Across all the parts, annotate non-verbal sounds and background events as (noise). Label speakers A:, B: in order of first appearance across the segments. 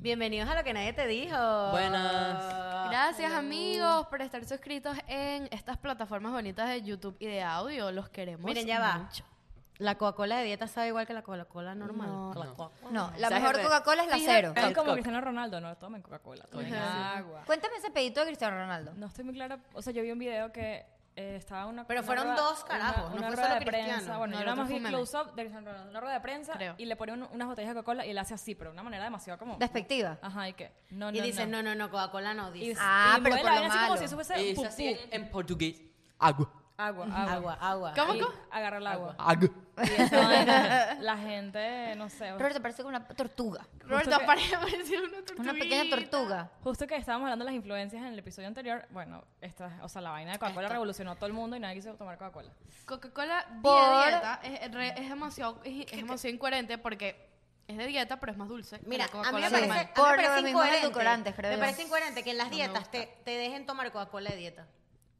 A: Bienvenidos a lo que nadie te dijo.
B: Buenas.
C: Gracias amigos por estar suscritos en estas plataformas bonitas de YouTube y de audio. Los queremos.
A: Miren, ya va.
C: mucho.
A: La Coca-Cola de dieta sabe igual que la Coca-Cola normal.
C: No,
A: La
B: no.
A: Coca-Cola.
D: No, la
B: ¿Sabes
D: mejor
B: qué?
D: Coca-Cola es la cero.
E: Es como
B: Coke.
E: Cristiano Ronaldo, no tomen Coca-Cola, tomen agua.
D: Cuéntame ese pedito de Cristiano Ronaldo.
E: No estoy muy clara, o sea, yo vi un video que eh, estaba una
A: Pero
E: una
A: fueron
E: rueda-
A: dos carajos, no
E: una, una
A: fue
E: rueda
A: solo
E: de
A: Cristiano.
E: prensa, bueno,
C: No,
E: yo
C: el
E: nada
C: otro
E: más
C: fue
E: vi
C: un meme.
E: close up de Cristiano Ronaldo, una rueda de prensa
C: Creo.
E: y le ponen un- unas botellas de Coca-Cola y le hace así, pero de una manera demasiado como
D: Despectiva.
E: Ajá, y que no,
A: Y dicen, no, no, no, Coca-Cola no,
E: Y-
A: dice.
D: Ah,
E: y
D: pero
E: mueve
D: por
E: la
D: lo
E: vaina así como
D: malo.
E: si eso
B: Y
E: fuese
B: es
E: pupú.
B: así en, en portugués. Agua.
E: Agua,
A: Agua,
E: agua.
A: agua.
C: ¿Cómo,
E: Y
C: cómo?
E: Agarra el agua.
B: Agua.
E: Y esa vaina, la gente, no sé.
D: Roberto parece como una tortuga.
C: Roberto,
E: que-
C: (laughs) parece parecía una tortuga.
D: Una pequeña tortuga.
E: Justo que estábamos hablando de las influencias en el episodio anterior, bueno, esta, o sea, la vaina de Coca-Cola revolucionó a todo el mundo y nadie quiso tomar Coca-Cola.
C: Coca-Cola de
D: Por-
C: dieta es, es re- es demasiado, es, es demasiado incoherente porque es de dieta, pero es más dulce. que
A: Mira,
C: la
A: a
C: Coca-Cola
A: mí me
D: Sí.
A: parece, a
C: normal.
A: mí me
D: Por
A: parece
D: los mismos
A: incoherente.
D: edulcorantes, creo
A: me
D: yo.
A: parece incoherente que en las
C: me
A: dietas
C: gusta.
A: te, te dejen tomar Coca-Cola de dieta.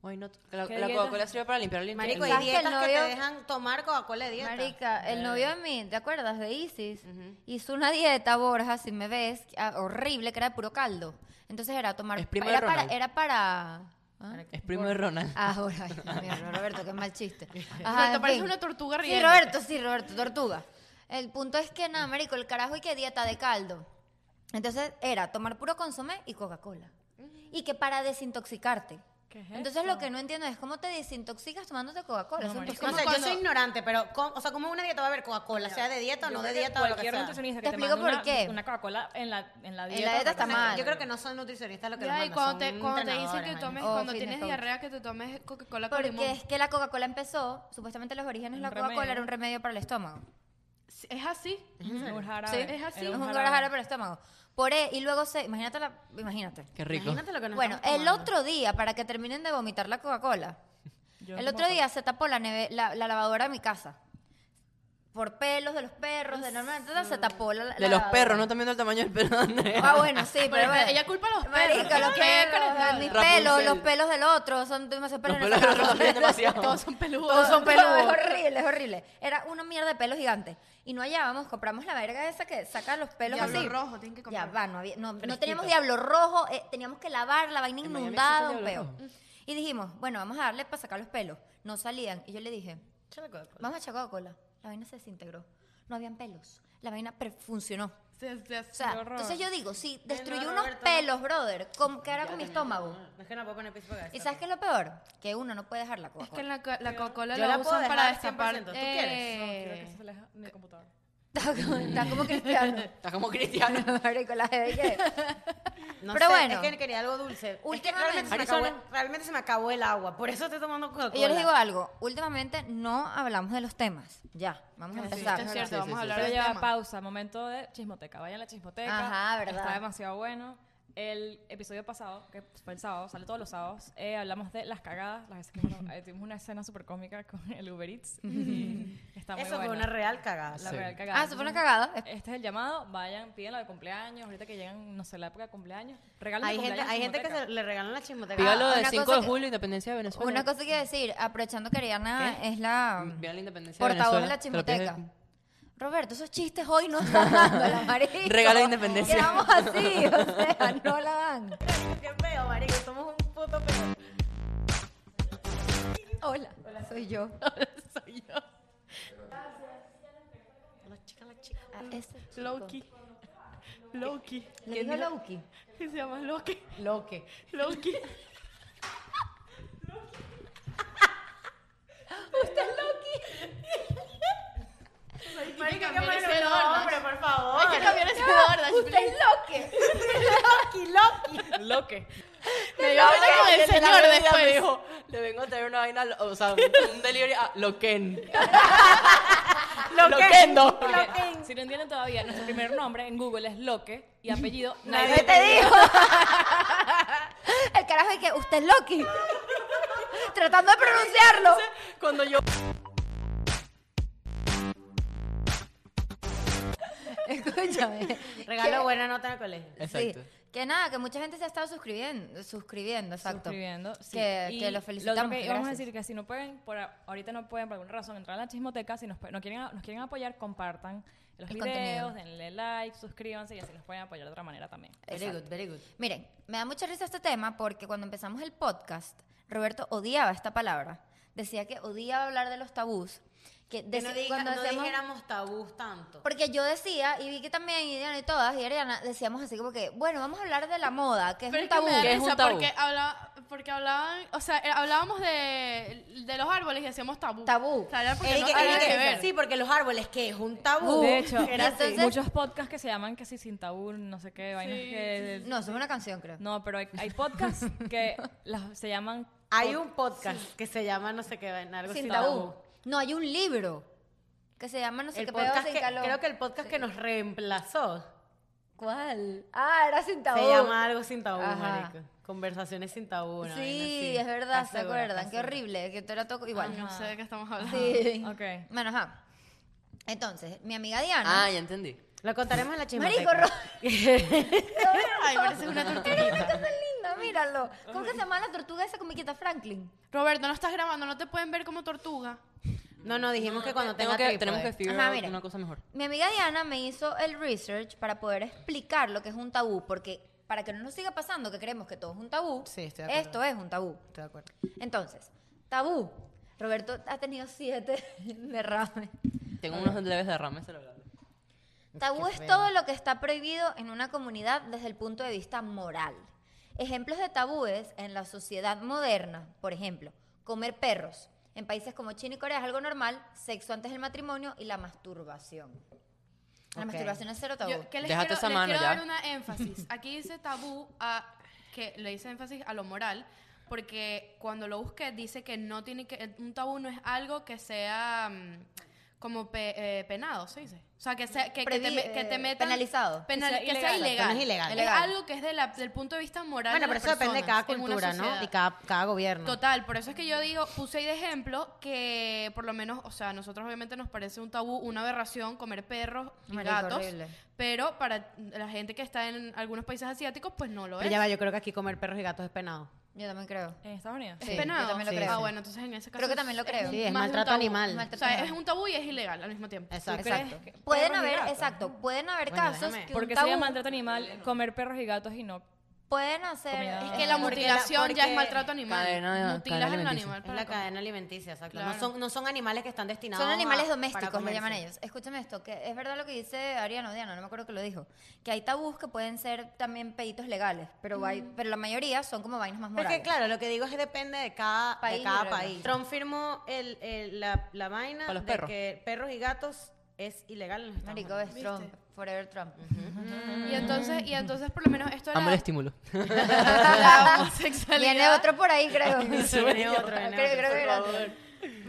B: Why not? La,
E: ¿Qué
B: la
E: dieta?
B: Coca-Cola sirve para limpiar el inter-
A: Marico, hay
B: el-
D: ¿Sabes que el
A: dietas que te
D: novio-
A: dejan tomar Coca-Cola de dieta.
D: Marica, el novio de mí, ¿te acuerdas de Isis? Hizo una dieta, Borja, si me ves, ah, horrible, que era de puro caldo. Entonces era tomar...
B: Es primo de
D: era, para,
B: Ronald.
D: era para... ¿ah?
B: Es primo de Ronald.
D: Ah, (laughs) Ahora, ay, Dios mío, Roberto, qué mal chiste.
C: Roberto,
D: en
C: parece
D: fin.
C: una tortuga
D: Sí,
C: riéndote.
D: Roberto, sí, Roberto, tortuga. El punto es que nada, marico, el carajo y que dieta de caldo. Entonces era tomar puro consomé y Coca-Cola. Y que para desintoxicarte.
E: ¿Qué es
D: Entonces lo que no entiendo es cómo te desintoxicas tomándote Coca-Cola. Eso es
A: O
D: como
A: sea, yo
D: cuando-
A: soy ignorante, pero ¿cómo- o sea, como una dieta va a haber Coca-Cola, sea de dieta o
E: Yo
A: no de
E: creo que
A: dieta o lo que
E: Cualquier
A: sea.
E: nutricionista que
D: Te
E: te,
D: explico
E: mande
D: por
E: una-
D: qué.
E: una Coca-Cola en la, en la dieta.
D: dieta está
E: o sea,
D: mal.
A: Yo creo que no son nutricionistas lo que
C: Ya,
A: los
C: y
A: mandan,
C: cuando
A: son
C: te, cuando te dicen que
A: entrenadores,
C: tomes,
A: ¿no?
D: O
C: cuando
D: fitness
C: tienes
D: coach.
C: diarrea, que te tomes Coca-Cola con limón.
D: Porque es que la Coca-Cola empezó, supuestamente los orígenes de la
E: Un
D: Coca-Cola
E: remedio.
D: era un remedio para el estómago.
C: Es así.
E: era un
D: Sí,
E: jarabe,
C: es así.
E: era
D: Es
E: un
D: un
E: jarabe.
D: jarabe para el estómago. Por e- y luego se, imagínate la, imagínate.
B: Qué rico.
A: Imagínate lo que nos
D: Bueno,
A: estamos
D: el
A: tomando.
D: otro día, para que terminen de vomitar la Coca-Cola,
E: Yo
D: el
E: como
D: otro día se tapó la, neve- la, la lavadora de mi casa. Por pelos de los perros, de normal, entonces se tapó la, la
B: De los
D: lavadora.
B: perros, no están viendo el tamaño del perro. Andrea.
D: Ah,
C: (laughs)
D: bueno, sí, pero
C: Pero
D: bueno.
C: ella culpa a los
D: Marico,
C: perros.
D: los
C: ¿Qué con
D: perros,
C: el-
D: mis
B: Rapunzel.
D: pelos, los pelos del otro, son demasiados
B: Los
D: pelos. en
B: pelos de
D: esa
B: los perros
D: casa.
B: también demasiado.
C: Todos son peludos.
D: (laughs) Todos son peludos.
C: No,
D: es horrible, es horrible. Era una mierda de pelos gigante. Y no hallábamos, compramos la verga esa que saca los pelos
C: Diablo
D: así.
C: rojo, tienen que comprar.
D: Ya va, no, había- no, no teníamos diablo rojo, eh, teníamos que lavar la vaina
B: Miami existe
D: inundada, un
B: el
D: peo.
B: diablo
D: Y dijimos, bueno, vamos a darle para sacar los pelos. No salían. Y yo le dije, vamos a echar Coca-Cola. La vaina se desintegró. No habían pelos. La vaina per- funcionó.
C: Se- se-
D: O sea,
E: Qué horror.
D: entonces yo digo, si destruyó
A: no,
D: unos
A: Roberto, no.
D: pelos, brother, ¿con, ¿qué hará con mi estómago?
A: Es que no puedo poner piso para
D: ¿Y
A: eso.
D: sabes qué es lo peor? Que uno no puede dejar la
C: Es que
D: Coca-Cola.
C: la, co- la Coca-Cola
A: Yo la
C: la
A: puedo
C: usan
A: dejar
C: para destapar.
A: 100%, ¿tú quieres?
E: No, quiero que
C: eh,
E: eso se aleja mi computadora.
D: (laughs) Está como- está como cristiano.
B: Está como Cristiano.
D: (laughs) Marico, la jeve que-
A: No
D: Pero
A: sé,
D: bueno.
A: es que quería algo dulce. Es que
D: Últimamente-
A: realmente, se me acabó,
B: Arizona.
A: realmente se me acabó el agua, por eso estoy tomando Coca-Cola.
D: Y yo les digo algo. Últimamente no hablamos de los temas. Ya, vamos a
C: Sí,
D: empezar.
C: es cierto,
B: Sí, sí,
C: vamos
B: sí.
C: a hablar
E: Pero
C: del
E: ya
C: tema.
E: pausa, momento de chismoteca. Vayan a la chismoteca.
D: Ajá, verdad.
E: Está demasiado bueno. El episodio pasado, que fue el sábado, sale todos los sábados, eh, hablamos de las cagadas, las veces que hemos- eh, tuvimos una escena súper cómica con el Uber Eats. Está muy
A: Eso fue
E: buena.
A: una real cagada.
E: La
B: Sí.
E: real cagada.
D: Ah, eso fue una cagada.
B: Eh,
D: Es-
E: Este es el llamado, vayan, pídanlo de cumpleaños, ahorita que llegan, no sé, la época de cumpleaños. Regalen
A: Hay
E: de
A: gente,
E: cumpleaños
A: hay gente que
E: chismoteca.
A: se le regalan la chismoteca.
B: Dígalo
D: Ah,
B: de
D: una
B: 5
D: cosa
B: de
D: que-
B: julio, independencia de Venezuela.
D: Una cosa que quiero decir, aprovechando que Ariana es la
B: Mm, vean la independencia de
D: portavoz de
B: Venezuela,
D: la
B: te lo tienes-
D: chismoteca. Roberto, esos chistes hoy no están dando
B: (laughs)
D: la marico.
B: Regala independencia.
D: Quedamos así, o sea, no la dan.
A: Qué feo, marico, somos un puto feo.
D: Hola,
B: (laughs)
D: soy yo.
B: soy yo.
A: La chica, la chica.
D: Ah, ese chico.
C: Loki. Loki.
D: ¿Le digo Loki?
C: Que se llama Loki.
A: Loque.
C: Loki.
A: Marico,
C: Hay
A: qué
C: que
A: malo
C: cambiar
A: ese
C: ese orden.
A: nombre, por favor.
C: Hay que cambiar ese orden.
D: Ah, ¡Usted es Loki!
A: Loki, Loki.
B: Lo
D: (laughs)
B: que.
C: Me dio pena con el señor después.
B: dijo, le vengo a traer una vaina, o sea, un delivery a Loquen.
D: (laughs)
B: Loquendo.
A: Loque.
E: Si no entienden todavía, nuestro primer nombre en Google es Loque
D: (laughs)
E: y apellido
D: ¿Qué
E: Nadie
D: te dijo? (laughs) El carajo es que usted es
B: (laughs)
D: Loki. Tratando de pronunciarlo.
B: Cuando yo
D: Escúchame. (laughs)
A: Regalo buena nota en el colegio.
D: Sí.
B: Exacto.
D: Que nada, que mucha gente se ha estado suscribiendo, suscribiendo, exacto.
E: suscribiendo. sí.
D: Que,
E: Y
D: que
E: lo
D: los
E: otro
D: felicitamos.
E: que íbamos a
D: gracias.
E: decir que si no pueden, por a- ahorita no pueden por alguna razón entrar a la chismoteca, si nos, pu- no quieren, nos quieren apoyar, compartan los
D: El
E: videos,
D: contenido.
E: denle like, suscríbanse y así nos pueden apoyar de otra manera también.
B: Very good, very good.
D: Miren, me da mucha risa este tema porque cuando empezamos el podcast, Roberto odiaba esta palabra. Decía que odiaba hablar de los tabús. Que,
A: Que
D: deci-
A: no, diga-
D: cuando
A: no
D: hacemos-
A: dijéramos tabús tanto.
D: Porque yo decía, y vi que también, y Diana y todas, y Ariana, decíamos así como que, bueno, vamos a hablar de la moda, que es
C: Pero
D: un
C: es que
D: tabú.
C: me da
B: Que es un
C: risa
B: tabú.
C: Porque, hablaba- porque hablaban, o sea, eh, hablábamos de, de los árboles y decíamos tabú.
D: Tabú.
C: O sea, era porque
A: Eric,
C: no
A: Eric,
C: tenía que
A: Eric,
C: ver.
A: Sí, porque los árboles, que es un tabú.
E: De hecho,
A: Era así.
D: Uh, entonces-
E: muchos podcasts que se llaman que si sin tabú, no sé qué, vainas que...
D: No, eso es una canción, creo.
E: No, pero hay, hay podcasts que las- se llaman...
A: Hay un podcast que se llama no sé qué, en algo
D: sin
A: sin
D: tabú.
A: tabú.
D: No, hay un libro que se llama no sé
A: El
D: qué
A: podcast
D: pedo sin
A: que-
D: calor.
A: creo que el podcast que nos reemplazó
D: ¿Cuál? Ah, era sin tabú.
A: se llama algo sin tabú,
D: Ajá.
A: marico. Conversaciones sin tabú. una vaina
D: Sí,
A: así.
D: es verdad,
A: ¿Estás
D: ¿se
A: segura?
D: acuerdan?
A: ¿Estás
D: Qué
A: segura?
D: horrible, que te era todo igual.
C: No sé de qué estamos hablando.
D: Sí.
E: Ok.
D: Bueno, ajá. Entonces, mi amiga Diana.
B: Ah,
D: (laughs)
B: ya entendí.
A: Lo contaremos en la
D: Marico,
A: chismoteca.
D: Ro-
C: Ay, parece una tortilla.
D: Está tan linda, míralo. ¿Cómo que se llama la tortuga esa comiquita Franklin?
C: Roberto, no estás grabando, no te pueden ver como tortuga.
A: (laughs) No, no, dijimos que pues. cuando tenga eh.
B: Tengo
A: trípode.
B: que, tenemos que figurar
D: Ajá, mira.
B: una cosa mejor.
D: Mi amiga Diana me hizo el research para poder explicar lo que es un tabú, porque para que no nos siga pasando que creemos que todo es un tabú,
A: Sí, estoy de acuerdo.
D: esto es un tabú.
A: Estoy de acuerdo.
D: Entonces, tabú. Roberto ha tenido siete (laughs) derrames.
B: Tengo unos leves derrames cerebrales.
D: Tabú
A: Qué
D: es
A: feo.
D: todo lo que está prohibido en una comunidad desde el punto de vista moral. Ejemplos de tabúes en la sociedad moderna, por ejemplo, comer perros. En países como China y Corea es algo normal, sexo antes del matrimonio y la masturbación. La
A: Ok.
D: masturbación es cero tabú.
C: Yo, ¿qué les
B: Déjate
C: quiero,
B: esa
C: les
B: mano
C: quiero
B: ya.
C: dar una énfasis. Aquí dice tabú a que le dice énfasis a lo moral, porque cuando lo busqué dice que no tiene que eh, un tabú no es algo que sea mm, como pe- eh, penado, se dice. O sea, que sea que, que te,
D: Previ-
C: me- que te
D: eh,
C: metan-
D: penalizado.
C: penal-
E: Que sea
C: que sea
E: ilegal.
C: ilegal.
A: No es ilegal.
C: Es
D: Ilegal.
C: algo que es de la- del punto de vista moral
A: Bueno,
C: de
A: pero
C: las
A: eso depende de
C: personas
A: cada
C: en una
A: cultura, ¿no?
C: sociedad.
A: Y cada, cada gobierno.
C: Total, por eso es que yo digo, puse ahí de ejemplo que por lo menos, o sea, a nosotros obviamente nos parece un tabú, una aberración comer perros y
D: Marico,
C: gatos,
D: horrible.
C: pero para la gente que está en algunos países asiáticos, pues no lo
A: Pero
C: es.
A: ya va, yo creo que aquí comer perros y gatos es penado.
D: Yo también creo.
E: ¿En Estados Unidos?
C: es
D: Sí,
C: penado.
D: yo también lo
A: Sí,
D: creo.
C: Ah, bueno, entonces en ese caso
D: Creo que también lo
C: es-
D: creo.
A: Sí, es
C: más un
A: maltrato
C: tabú.
A: animal.
C: O sea,
D: Ajá.
C: es un tabú y es ilegal al mismo tiempo.
A: Exacto.
E: crees
D: Exacto.
E: que
D: Pueden
E: perros y
D: haber,
E: gatos?
D: exacto, pueden haber
A: Bueno,
D: casos
A: déjame.
D: que un
E: Porque
D: tabú
E: sería maltrato animal comer perros y gatos y no
D: pueden hacer. eh,
E: Comida.
C: Es que la
A: Porque la-
C: mutilación ya es
A: porque-
C: maltrato animal.
B: Cadena de-
C: Mutilas
B: cadena
C: al
B: alimenticia.
C: animal.
A: Es
C: para
A: la
C: comer.
A: cadena alimenticia, exacto.
C: Claro.
A: No, son, no son animales que están destinados
D: Son animales
A: a- para
D: domésticos, le
A: comerse.
D: llaman ellos. Escúchame esto, que es verdad lo que dice Ariano Diana, no me acuerdo que lo dijo, que hay tabús que pueden ser también peditos legales, pero hay- pero la mayoría son como vainas más
A: Pero
D: morales.
A: es que, claro, lo que digo es depende de cada país.
D: País
A: De
D: y
A: cada
D: reglas.
A: país. Trump firmó el, el- la, la vaina
B: Para los
A: de
B: perros.
A: que perros y gatos es ilegal en los Estados
D: Marico
A: Unidos.
D: es Trump, forever Trump.
C: Y entonces, y entonces por lo menos esto era
B: Amo el estímulo.
C: (laughs) la homosexualidad.
D: (laughs) Viene otro por ahí, creo.
A: Viene otro, viene
D: Creo-
A: otro,
D: creo que era otro.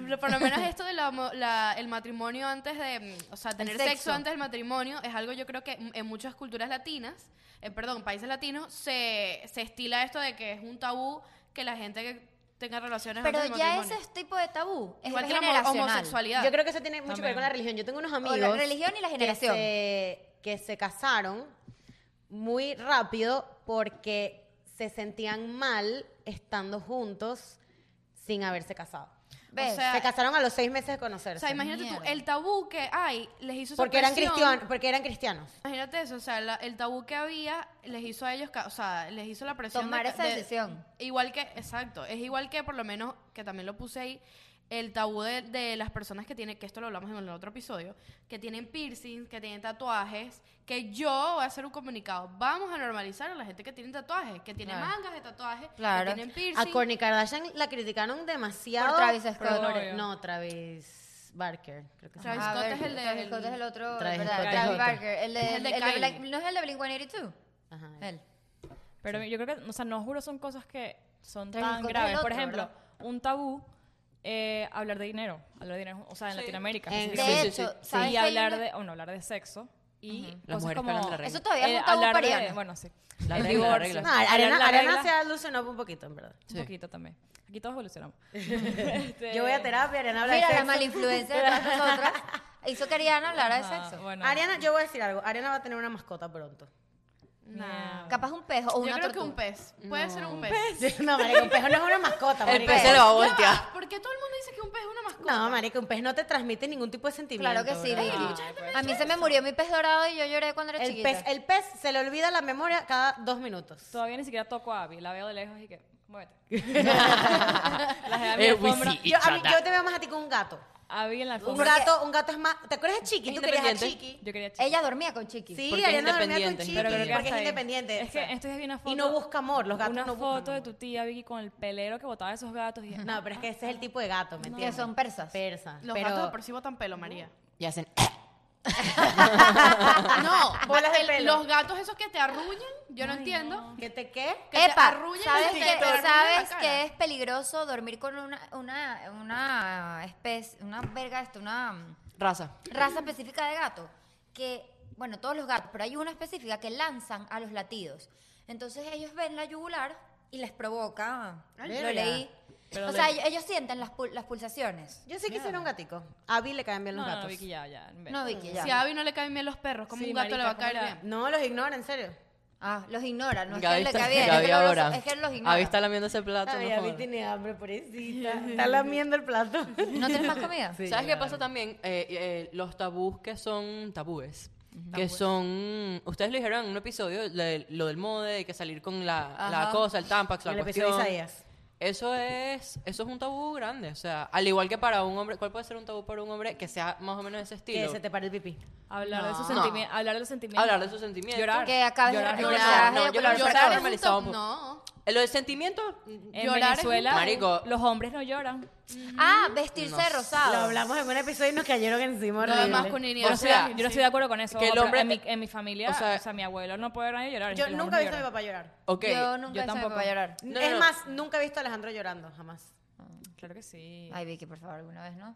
C: Pero Por lo menos esto del el matrimonio antes de, mm, o sea, tener sexo.
D: sexo.
C: antes del matrimonio es algo yo creo que mm, en muchas culturas latinas, eh, perdón, países latinos, se, se estila esto de que es un tabú que la gente que tenga relaciones
D: Pero
C: antes del
D: ya
C: matrimonio.
D: ese tipo de tabú es
C: Igual que la homo-
D: generacional.
C: homosexualidad.
A: Yo creo que eso tiene mucho que ver
E: También.
A: con la religión. Yo tengo unos
D: la
A: amigos.
D: religión y la
A: que
D: generación.
A: se- Que se, casaron muy rápido porque se sentían mal estando juntos sin haberse casado.
D: ¿Ves?
C: O sea,
A: se casaron a los seis meses de
C: o
A: conocerse.
C: sea, imagínate tú,
D: Mierda.
C: el tabú que hay les hizo esa
A: porque eran
C: presión.
A: cristianos, porque eran cristianos.
C: Imagínate eso, o sea, la- el tabú que había les hizo a ellos, ca- o sea, les hizo la presión. de
D: Tomar
C: ca-
D: esa
C: de-
D: decisión.
C: igual que, exacto, es igual que por lo menos, que también lo puse ahí, el tabú de, de las personas que tienen, que esto lo hablamos en el otro episodio, que tienen piercings, que tienen tatuajes, que yo voy a hacer un comunicado. Vamos a normalizar a la gente que tiene tatuajes, que tiene
D: Claro.
C: mangas de tatuajes,
D: Claro.
C: que tienen piercings.
A: A Kourtney Kardashian la criticaron demasiado.
D: Por Travis Scott.
A: por- no, Travis Barker. Creo que se
C: Travis
A: llama.
D: A
C: Scott
D: ver,
C: es el de-
D: Travis Scott es el otro,
A: Travis
D: es verdad,
A: Scott es
D: Travis
A: otro.
D: Barker, el de,
C: Es el de
D: el de
C: Kylie.
D: Black- no es el de Blink-182.
A: Ajá.
D: Él.
E: Pero yo creo que, o sea, no juro son cosas que son
D: Travis
E: tan
D: Scott es
E: graves.
D: el
E: Por
D: otro,
E: ejemplo,
D: ¿verdad?
E: un tabú, eh, hablar de dinero. Hablar de dinero, o sea, en Latinoamérica.
A: En-
D: De
A: Sí, sí, sí.
D: hecho,
E: Sí,
D: ¿sabes
E: y
D: que hay
E: hablar
D: una-
E: de, bueno, hablar de sexo y
B: Las
E: cosas
B: mujeres
E: como... Eh,
B: pegan de la regla.
D: Eso todavía es un tabú
E: hablar
D: para
E: de-
D: Ariana.
E: Bueno, sí.
B: La regla,
E: El
B: la
E: divorcio.
B: regla.
A: No, Ariana,
E: La
A: Ariana
E: regla.
A: se ha alucinado un poquito, en verdad.
E: Un poquito también. Aquí
D: (laughs)
E: todos evolucionamos.
A: Yo voy a terapia, Ariana habla
D: Mira,
A: de
D: la
A: sexo.
D: mala influencia de todas nosotras hizo que Ariana hablara de
E: Ajá,
D: sexo.
E: Ah, bueno.
A: Ariana, yo voy a decir algo. Ariana va a tener una mascota pronto. (laughs)
C: Nah.
D: Capaz un pez o
C: Yo
D: una
C: creo que
D: tortuga.
C: un pez. Puede ser un pez.
A: No, marica, un pez no es una mascota,
B: El
A: marica.
B: pez se lo va a
C: Ya va,
B: voltear.
C: ¿Por qué todo el mundo dice que un pez es una mascota?
A: No, marica, un pez no te transmite ningún tipo de sentimiento.
D: Claro que sí,
A: bro.
D: Vicky.
E: mucha gente me
D: A mí se me murió mi pez dorado y yo lloré cuando era
A: El
D: chiquita.
A: pez, el pez se le olvida la memoria cada dos minutos.
E: Todavía ni siquiera toco a Abby, la veo de lejos y que,
D: (laughs)
E: muévete. (laughs) la dejé a mi
B: Eh, we
E: alfombra.
B: see
A: Yo, a
B: each
A: mí-
B: other.
A: yo te veo más a ti con un gato.
E: Abby en la
A: Un
E: alfombra.
A: gato, un gato es más. ¿Te acuerdas de Chiqui?
B: Es
A: Tú querías a
B: independiente.
A: Chiqui.
E: Yo quería chiqui.
D: Ella dormía con Chiqui.
A: Sí,
B: Porque es
A: Ariana dormía con
B: independiente.
A: Chiqui.
E: Pero creo que
A: porque
E: hasta
A: es
E: ahí.
A: independiente.
E: Es que esto es una foto.
A: Y no busca amor, los gatos
E: Una
A: no buscan
E: foto de
A: amor.
E: tu tía Vicky con el pelero que botaba esos gatos. Y dije,
A: No, pero es que ese es el tipo de gato, ¿me
D: Que
A: entiendes?
D: son persas.
A: Persa.
C: Los
A: pero...
C: gatos de
A: (laughs)
C: por sí botan pelo, María.
B: Y hacen.
C: No,
A: Bolas de
C: el-
A: pelo.
C: los gatos esos que te arrullan, yo no entiendo.
A: ¿Qué te qué?
C: Que te
D: Epa,
C: arrullen y
D: ¿sabes,
C: te-
D: que,
C: te arrullen la
D: ¿sabes
C: cara.
D: que es peligroso dormir con una, una, una especie, una verga, esto, una
B: Raza.
D: raza específica de gato? Que, bueno, todos los gatos, pero hay una específica que lanzan a los latidos. Entonces ellos ven la yugular y les provoca.
A: Ay,
D: lo
A: verga.
D: leí.
E: Pero
D: o
E: le-
D: sea, ellos, ellos sienten las, pul- las pulsaciones.
A: Yo sí quisiera un gatico. A Abby le caen bien
E: no,
A: los
E: no, no,
A: gatos.
E: Vicky, ya, ya. vete.
D: No, Vicky, ya.
C: Si a Abby no le caen bien los perros, ¿cómo
E: Sí,
C: un gato le va a
E: marica,
C: caer
E: ¿cómo le-
C: bien?
A: No, los ignora, en serio.
D: Ah, los ignora, no es que
B: Gaby
D: le
B: está-
D: cae bien, es
B: Gaby
D: que no los-
B: ahora.
D: es que los
B: Gaby
D: ignora.
B: está lamiendo ese plato.
A: Ay,
B: no
A: Abby
B: jodas.
A: tiene hambre, pobrecita. Está lamiendo el plato.
D: ¿No tienes más comida?
B: ¿Sabes qué pasa también? Eh, eh, los tabús que son tabúes. Que son. Ustedes lo dijeron en un episodio, lo del, lo del mode, de que salir con la, la
D: Ajá.
B: cosa, el tampax,
A: (laughs)
B: la
A: El episodio de
B: cuestión.
A: Isaías.
B: Eso es, eso es un tabú grande, o sea, al igual que para un hombre, ¿cuál puede ser un tabú para un hombre que sea más o menos de ese
A: Que
B: estilo?
A: se te para el pipí.
E: Hablar, de sus
B: No.
E: sentimi- hablar de los sentimientos.
B: Hablar de sus sentimientos.
E: Llorar.
D: Que acabes
E: Llorar.
D: de
B: No, no,
D: regresar
B: no,
D: de
B: yo
D: ocular
B: creo- yo
D: frecuencia.
C: Llorar es un
B: normalizado
C: top-
B: un
C: No.
B: Eh, Lo de sentimientos, mm,
C: Llorar es
E: En
C: un
E: Venezuela,
B: Marico.
E: los hombres no lloran.
D: Ah, vestirse de rosado.
A: Lo hablamos en un episodio y nos cayeron encima.
C: Lo de
A: horrible.
E: Yo
C: masculinidad.
E: no,
B: O
E: estoy,
B: sea,
E: yo no estoy de acuerdo con eso.
B: que el
E: pero
B: hombre-
E: en, mi, en mi familia,
B: o
E: o
B: sea-
E: sea, mi abuelo no puede ver a nadie llorar.
A: Yo
E: los
A: nunca he
E: hombres
A: visto a mi
E: lloran.
A: papá llorar.
B: ok,
D: Yo nunca hice
E: yo
D: a mi
E: tampoco.
D: papá llorar.
B: No,
A: es
B: no, no.
A: más, nunca he visto a Alejandro llorando, jamás.
E: Mm, Claro que sí.
D: Ay, Vicky, por favor, alguna vez, ¿no?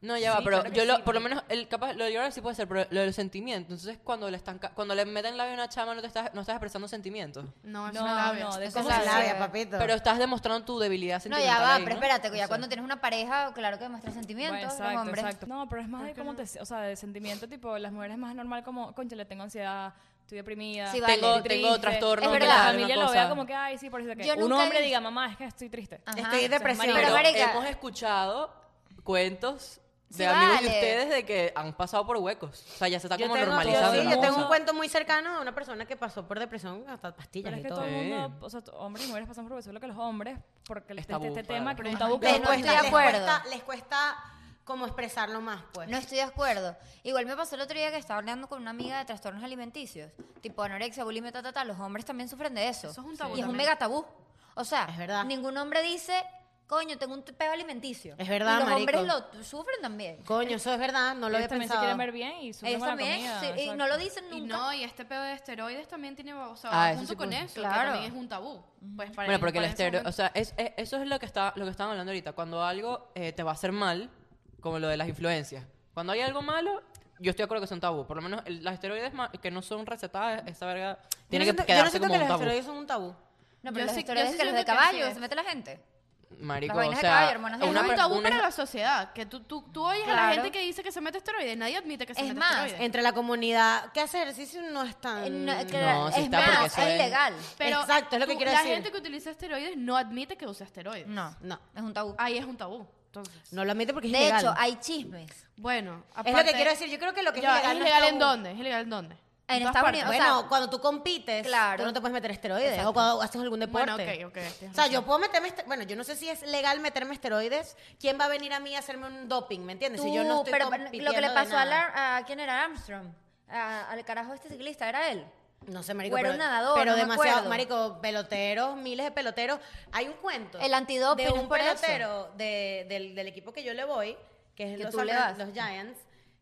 B: no, ya va,
E: Sí,
B: pero
E: claro que
B: yo lo-
E: sí,
B: por lo menos, el, capaz, lo de llorar sí puede ser, pero lo de los sentimientos, entonces cuando le están, ca- cuando le meten labio a una chama no te estás, no estás expresando sentimientos,
C: No, es
E: No,
C: una labia.
E: no, de
D: Eso
A: ¿Cómo
D: es
A: se labia,
D: labia.
A: papito?
B: pero estás demostrando tu debilidad
D: No,
B: sentimental
D: ya va,
B: ahí,
D: pero
B: ¿no?
D: espérate,
B: O
D: que ya
B: sea,
D: cuando tienes una pareja, claro que demuestras
E: Bueno,
D: sentimientos, los
E: exacto,
D: hombres.
E: exacto. No, pero es más de cómo te, o sea, de sentimiento tipo las mujeres es más normal como, concha, le tengo ansiedad, estoy deprimida,
D: Sí,
E: estoy
D: vale.
B: tengo,
E: triste".
B: tengo trastorno,
D: Es
E: Que
B: tengo
D: verdad.
E: la
B: alguna
E: familia lo
B: cosa.
E: vea como que ay, sí, por eso que
D: Yo
E: un
D: nunca he
E: hombre
D: visto-
E: diga, "Mamá, es que estoy triste."
D: Ajá.
C: Este
A: Estoy depresión.
E: Pero,
B: Pero
D: marica-
B: hemos escuchado cuentos de
D: Sí,
B: amigos
D: vale.
B: de ustedes de que han pasado por huecos. O sea, ya se está
A: yo
B: como
A: tengo,
B: normalizando.
A: yo sí,
B: la
A: yo
E: ¿no?
A: tengo
E: O
A: un
E: sea-
A: cuento muy cercano de una persona que pasó por depresión hasta pastillas
E: Pero es
A: y
E: que
A: todo.
E: todo el
B: Sí.
E: mundo, o sea, t- hombres y mujeres pasan por eso, solo que los hombres porque
B: Es
E: este,
B: tabú,
E: este
B: claro.
E: tema que es un
C: Pero
E: tabú que
D: imagínate.
A: les,
D: no
A: cuesta,
D: estoy de
A: les
D: acuerdo.
A: cuesta- les cuesta como expresarlo más, pues.
D: No estoy de acuerdo. Igual me pasó el otro día que estaba hablando con una amiga de trastornos alimenticios, tipo anorexia, bulimia, ta, ta, ta. Los hombres también sufren de eso.
C: Eso es un tabú
D: Y es un
C: también.
D: mega tabú. O sea,
A: Es verdad.
D: ningún hombre dice, coño, tengo un peo alimenticio.
A: Es verdad,
D: Y los
A: marico.
D: hombres lo sufren también.
A: Coño, eso es verdad, no lo había
E: ellos también se
A: pensado.
E: quieren ver bien y su
D: Ellos
E: buena
D: también,
E: comida.
D: sí, y
E: exacto.
D: no lo dicen
C: Y
D: nunca.
C: no, y este pedo de esteroides también tiene, o sea,
B: Ah,
C: va
B: eso
C: junto
B: sí
C: con
B: puede-
C: eso,
D: claro.
C: que también es un tabú. Pues para
B: Bueno, porque el
C: para ese
B: estero, o
C: momento.
B: sea, es- es- eso es lo que está, lo que estaban hablando ahorita. Cuando algo eh, te va a hacer mal, como lo de las influencias. Cuando hay algo malo, yo estoy de acuerdo que son tabú. Por lo menos el- las esteroides ma- que no son recetadas, esa
A: Yo
B: verga
A: no
B: tiene que
A: siento- yo no
B: quedarse
A: siento
B: como
A: que
B: un
A: los
B: tabú.
A: esteroides son un tabú.
D: No, pero
C: Yo
D: los
C: sí- yo
D: esteroides
C: sí
D: que los
C: siento
D: de
C: que así
D: caballo
C: es.
D: se mete la gente.
B: Marico,
D: Las vainas
B: o
D: de
B: sea,
D: caballo, hermanas de
B: una
C: es un
B: per-
C: tabú
B: una-
C: para la sociedad. Que tú, tú, tú oyes a
D: Claro.
C: la gente que dice que se mete esteroides. Nadie admite que se
D: Es
C: mete
D: más,
C: esteroides.
A: Entre la comunidad que hace ejercicio no es tan...
D: Eh, no,
B: No,
D: claro,
B: sí
D: es
B: está, porque
D: más,
B: eso
D: es
B: es-
D: ilegal.
C: Pero
A: Exacto, es lo que
C: tú-
A: quiero
C: la
A: decir.
C: gente que utiliza esteroides no admite que usa esteroides.
D: No,
A: No.
D: es un tabú.
C: Ahí es un tabú. Entonces,
A: No lo admite porque es
D: De
A: ilegal.
D: hecho, hay chismes.
C: bueno,
A: es lo que quiero decir, yo creo que lo que es
C: Ya,
A: ilegal,
C: ¿Es
A: no es
C: ilegal en
A: tabú.
C: dónde? ¿Es ilegal en dónde?
D: En
C: todas
D: Estados
C: partes.
D: Unidos. O
A: Bueno,
D: sea,
A: cuando tú compites,
D: claro.
A: tú no te puedes meter esteroides.
D: Exacto.
A: O cuando haces algún deporte.
C: Bueno, ok, ok. tienes
A: O sea,
C: razón.
A: yo puedo meterme... este- Bueno, yo no sé si es legal meterme esteroides. ¿Quién va a venir a mí a hacerme un doping? ¿Me entiendes? si yo no
D: tú,
A: estoy
D: pero
A: compitiendo
D: lo que le
A: de
D: pasó a,
A: nada.
D: la- a- quién era Armstrong, A- al carajo este ciclista, era él.
A: No sé, marico.
D: O era
A: pero,
D: un nadador,
A: pero
D: no me
A: demasiado,
D: acuerdo.
A: marico, peloteros, miles de peloteros. Hay un cuento.
D: El antidoping
A: De
D: es
A: un
D: por eso.
A: pelotero de- del, del equipo que yo le voy, que es
D: Que
A: los,
D: tú le
A: San Fran-
D: vas.
A: los Giants,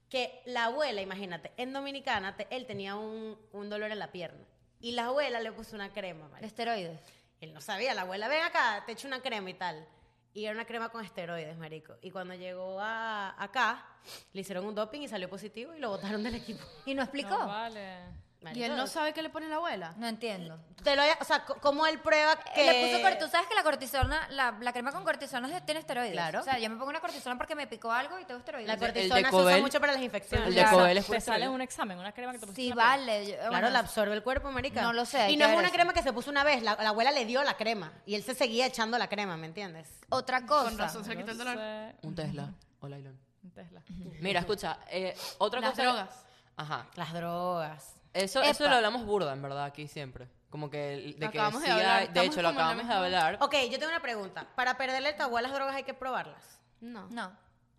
A: que la abuela, imagínate, en Dominicana, te- él tenía un, un dolor en la pierna. Y la abuela le puso una crema,
D: De
A: marico.
D: esteroides.
A: Él no sabía, la abuela, ven acá, te echo una crema y tal. Y era una crema con esteroides, marico. Y cuando llegó a, acá, le hicieron un doping y salió positivo y lo botaron del equipo.
D: ¿Y no
E: No,
D: explicó?
E: vale.
C: Y él no sabe qué le pone la abuela.
D: No entiendo.
A: Te lo, o sea, co- ¿cómo él prueba que...?
D: Le puso corti- Tú sabes que la cortisona, la, la crema con cortisona es- tiene esteroides.
A: Claro.
D: O sea, yo me pongo una cortisona porque me picó algo y tengo esteroides.
A: La
B: El de- el de
A: cortisona se usa
B: Cobel.
A: mucho para las infecciones.
B: El de
E: Ya,
B: Cobel
E: te
B: es pura
E: sale
B: esteroide.
E: un examen, una crema que te pusiste
D: Sí,
E: en la piel.
D: vale. yo-
A: Claro,
D: bueno,
A: la absorbe el cuerpo, marica.
D: No lo sé, hay
A: Y
D: que
A: no es
D: ver
A: una
D: eso.
A: crema que se puso una vez, la, la abuela le dio la crema y él se seguía echando la crema, ¿me entiendes?
D: Otra cosa.
C: Con razón se le quitó el dolor.
E: No sé,
B: Un Tesla. O Lailon.
E: un Tesla.
B: Mira, escucha, eh, otra
C: Las
B: cosa.
C: drogas.
B: Ajá.
A: Las drogas.
B: Eso,
D: Epa.
B: eso lo hablamos burda, en verdad, aquí siempre. Como que el- de
C: Lo
B: que
C: acabamos de
B: sí hay-
C: hablar,
B: de
C: estamos
B: hecho, lo
C: como en la
B: acabamos de
C: misma-
B: hablar.
A: Ok, yo tengo una pregunta. Para perderle el tabú a las drogas hay que probarlas.
C: No.
D: No.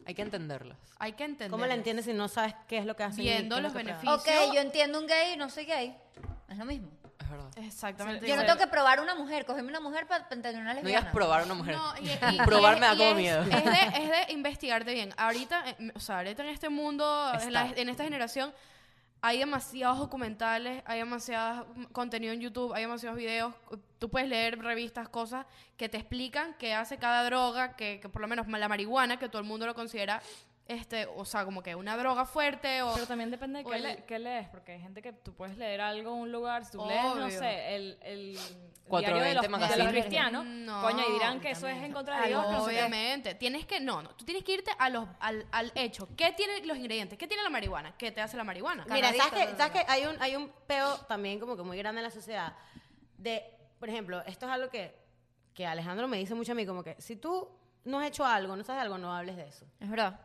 B: Hay que entenderlas.
C: Hay que entender.
A: ¿Cómo la entiendes si no sabes qué es lo que hacen? y
C: Viendo
A: qué es lo
C: los
A: que prueban?
C: beneficios.
D: Ok, yo entiendo un gay y no soy gay. Es lo mismo.
B: Es verdad.
C: Exactamente.
D: Yo no
C: igual.
D: tengo que probar una mujer, cogerme una mujer para entender
B: No
D: una lesbiana.
B: digas probar a una mujer.
C: No, y-
B: (laughs)
C: y- y-
B: probar me da
C: y
B: como
C: es-
B: miedo.
C: Es de,
B: (laughs)
C: es de investigarte bien. Ahorita, eh, o sea, ahorita en este mundo, en, la-
B: Está.
C: en esta generación, hay demasiados documentales, hay demasiado contenido en YouTube, hay demasiados videos. Tú puedes leer revistas, cosas que te explican qué hace cada droga, que, que por lo menos la marihuana, que todo el mundo lo considera, este, o sea, como que una droga fuerte o...
E: Pero también depende de
C: O
E: qué,
C: el-
E: le- qué lees, porque hay gente que tú puedes leer algo en un lugar, si tú lees, no
C: Obvio.
E: sé, el, el diario de
B: 420
E: los, de
B: Magazine.
E: los cristianos,
C: No,
E: coño, y dirán que eso es en contra de
C: Claro,
E: Dios, que no sé qué.
C: obviamente. Tienes que, no, no, tú tienes que irte a los, al, al hecho. ¿Qué tienen los ingredientes? ¿Qué tiene la marihuana? ¿Qué te hace la marihuana?
A: Mira,
D: Cannabis,
A: ¿sabes que,
D: todo,
A: sabes que hay, un, hay un peo también como que muy grande en la sociedad? De, por ejemplo, esto es algo que, que Alejandro me dice mucho a mí, como que si tú no has hecho algo, no sabes algo, no hables de eso.
D: Es verdad.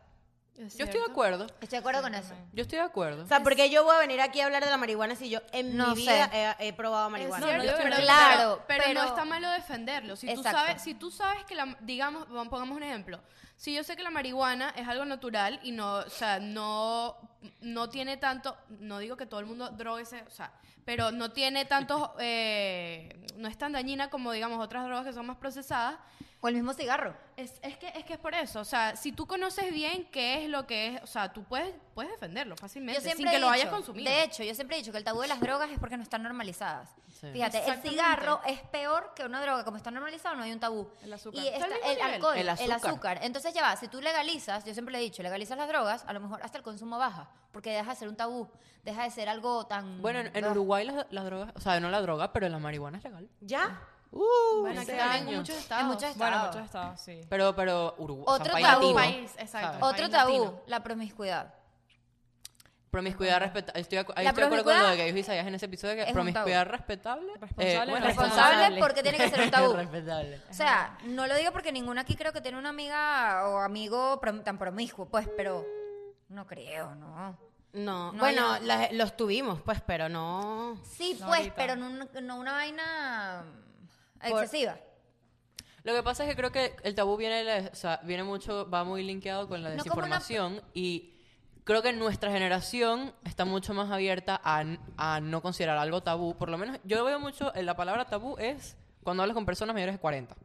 B: Yo estoy de acuerdo.
D: Estoy de acuerdo con eso.
B: Yo estoy de acuerdo.
A: O sea, porque yo voy a venir aquí a hablar de la marihuana si yo en
D: No
A: mi
D: sé.
A: vida he, he probado marihuana.
E: No, no, yo creo que-
D: Claro,
C: pero,
D: pero-
C: no está malo defenderlo. Si tú
D: Exacto.
C: sabes, si tú sabes que la, digamos, vamos, pongamos un ejemplo. Si yo sé que la marihuana es algo natural y no, o sea, no, no tiene tanto, no digo que todo el mundo drogue, se- o sea, pero no tiene tantos, eh, no es tan dañina como digamos otras drogas que son más procesadas.
D: O el mismo cigarro.
C: Es, es que, es que es por eso, o sea, si tú conoces bien qué es lo que es, o sea, tú puedes, puedes defenderlo fácilmente,
D: Yo
C: sin
D: siempre
C: que
D: he
C: lo hayas
D: dicho,
C: consumido.
D: De hecho, yo siempre he dicho que el tabú de las drogas es porque no están normalizadas.
B: Sí.
D: Fíjate, el
C: Exactamente.
D: cigarro es peor que una droga. Como está normalizado, no hay un tabú.
E: El azúcar.
D: Y
E: Está
C: al
D: está-
C: mismo
D: el
C: nivel.
D: alcohol, el
B: El
D: azúcar.
B: azúcar.
D: Entonces ya va, si tú legalizas, yo siempre le he dicho, legalizas las drogas, a lo mejor hasta el consumo baja, porque deja de ser un tabú, deja de ser algo tan...
B: Bueno, en, en
D: Ugh.
B: Uruguay las, las drogas, o sea, no la droga, pero la marihuana es legal.
A: ¿Ya?
B: Uh,
C: Bueno,
B: ese
C: aquí también
B: año.
C: en muchos estados.
D: En muchos
E: Bueno,
D: estados.
E: muchos estados, sí.
B: Pero, pero Uruguay.
D: Otro
B: país
D: tabú.
B: latino,
C: País, exacto.
B: ¿sabes?
D: Otro
C: país
D: tabú,
C: latino.
D: la promiscuidad.
B: Promiscuidad respetable. Estoy, de acu- ahí
D: La
B: estoy de acuerdo con lo de
D: promiscuidad
B: que dijo Isaías en ese episodio
D: es
B: que
D: un
B: promiscuidad respetable. eh,
E: Responsable,
B: bueno,
D: Responsable,
E: Responsable.
D: porque tiene que ser un
B: (laughs)
D: tabú.
B: respetable.
D: O sea, no lo digo porque ninguna aquí creo que tiene una amiga o amigo prom- tan promiscuo, pues, pero no creo, no.
A: No.
D: No,
A: bueno,
D: ya.
A: las- los tuvimos, pues, pero no.
D: Sí,
E: No,
D: pues,
E: ahorita.
D: pero no, una- no una vaina excesiva.
B: Lo que pasa es que creo que el tabú viene, de la- o sea, viene mucho, va muy linkeado con la
D: No como una-
B: desinformación y creo que nuestra generación está mucho más abierta a, n- a no considerar algo tabú. Por lo menos yo veo mucho, eh, la palabra tabú es cuando hablas con personas mayores de 40.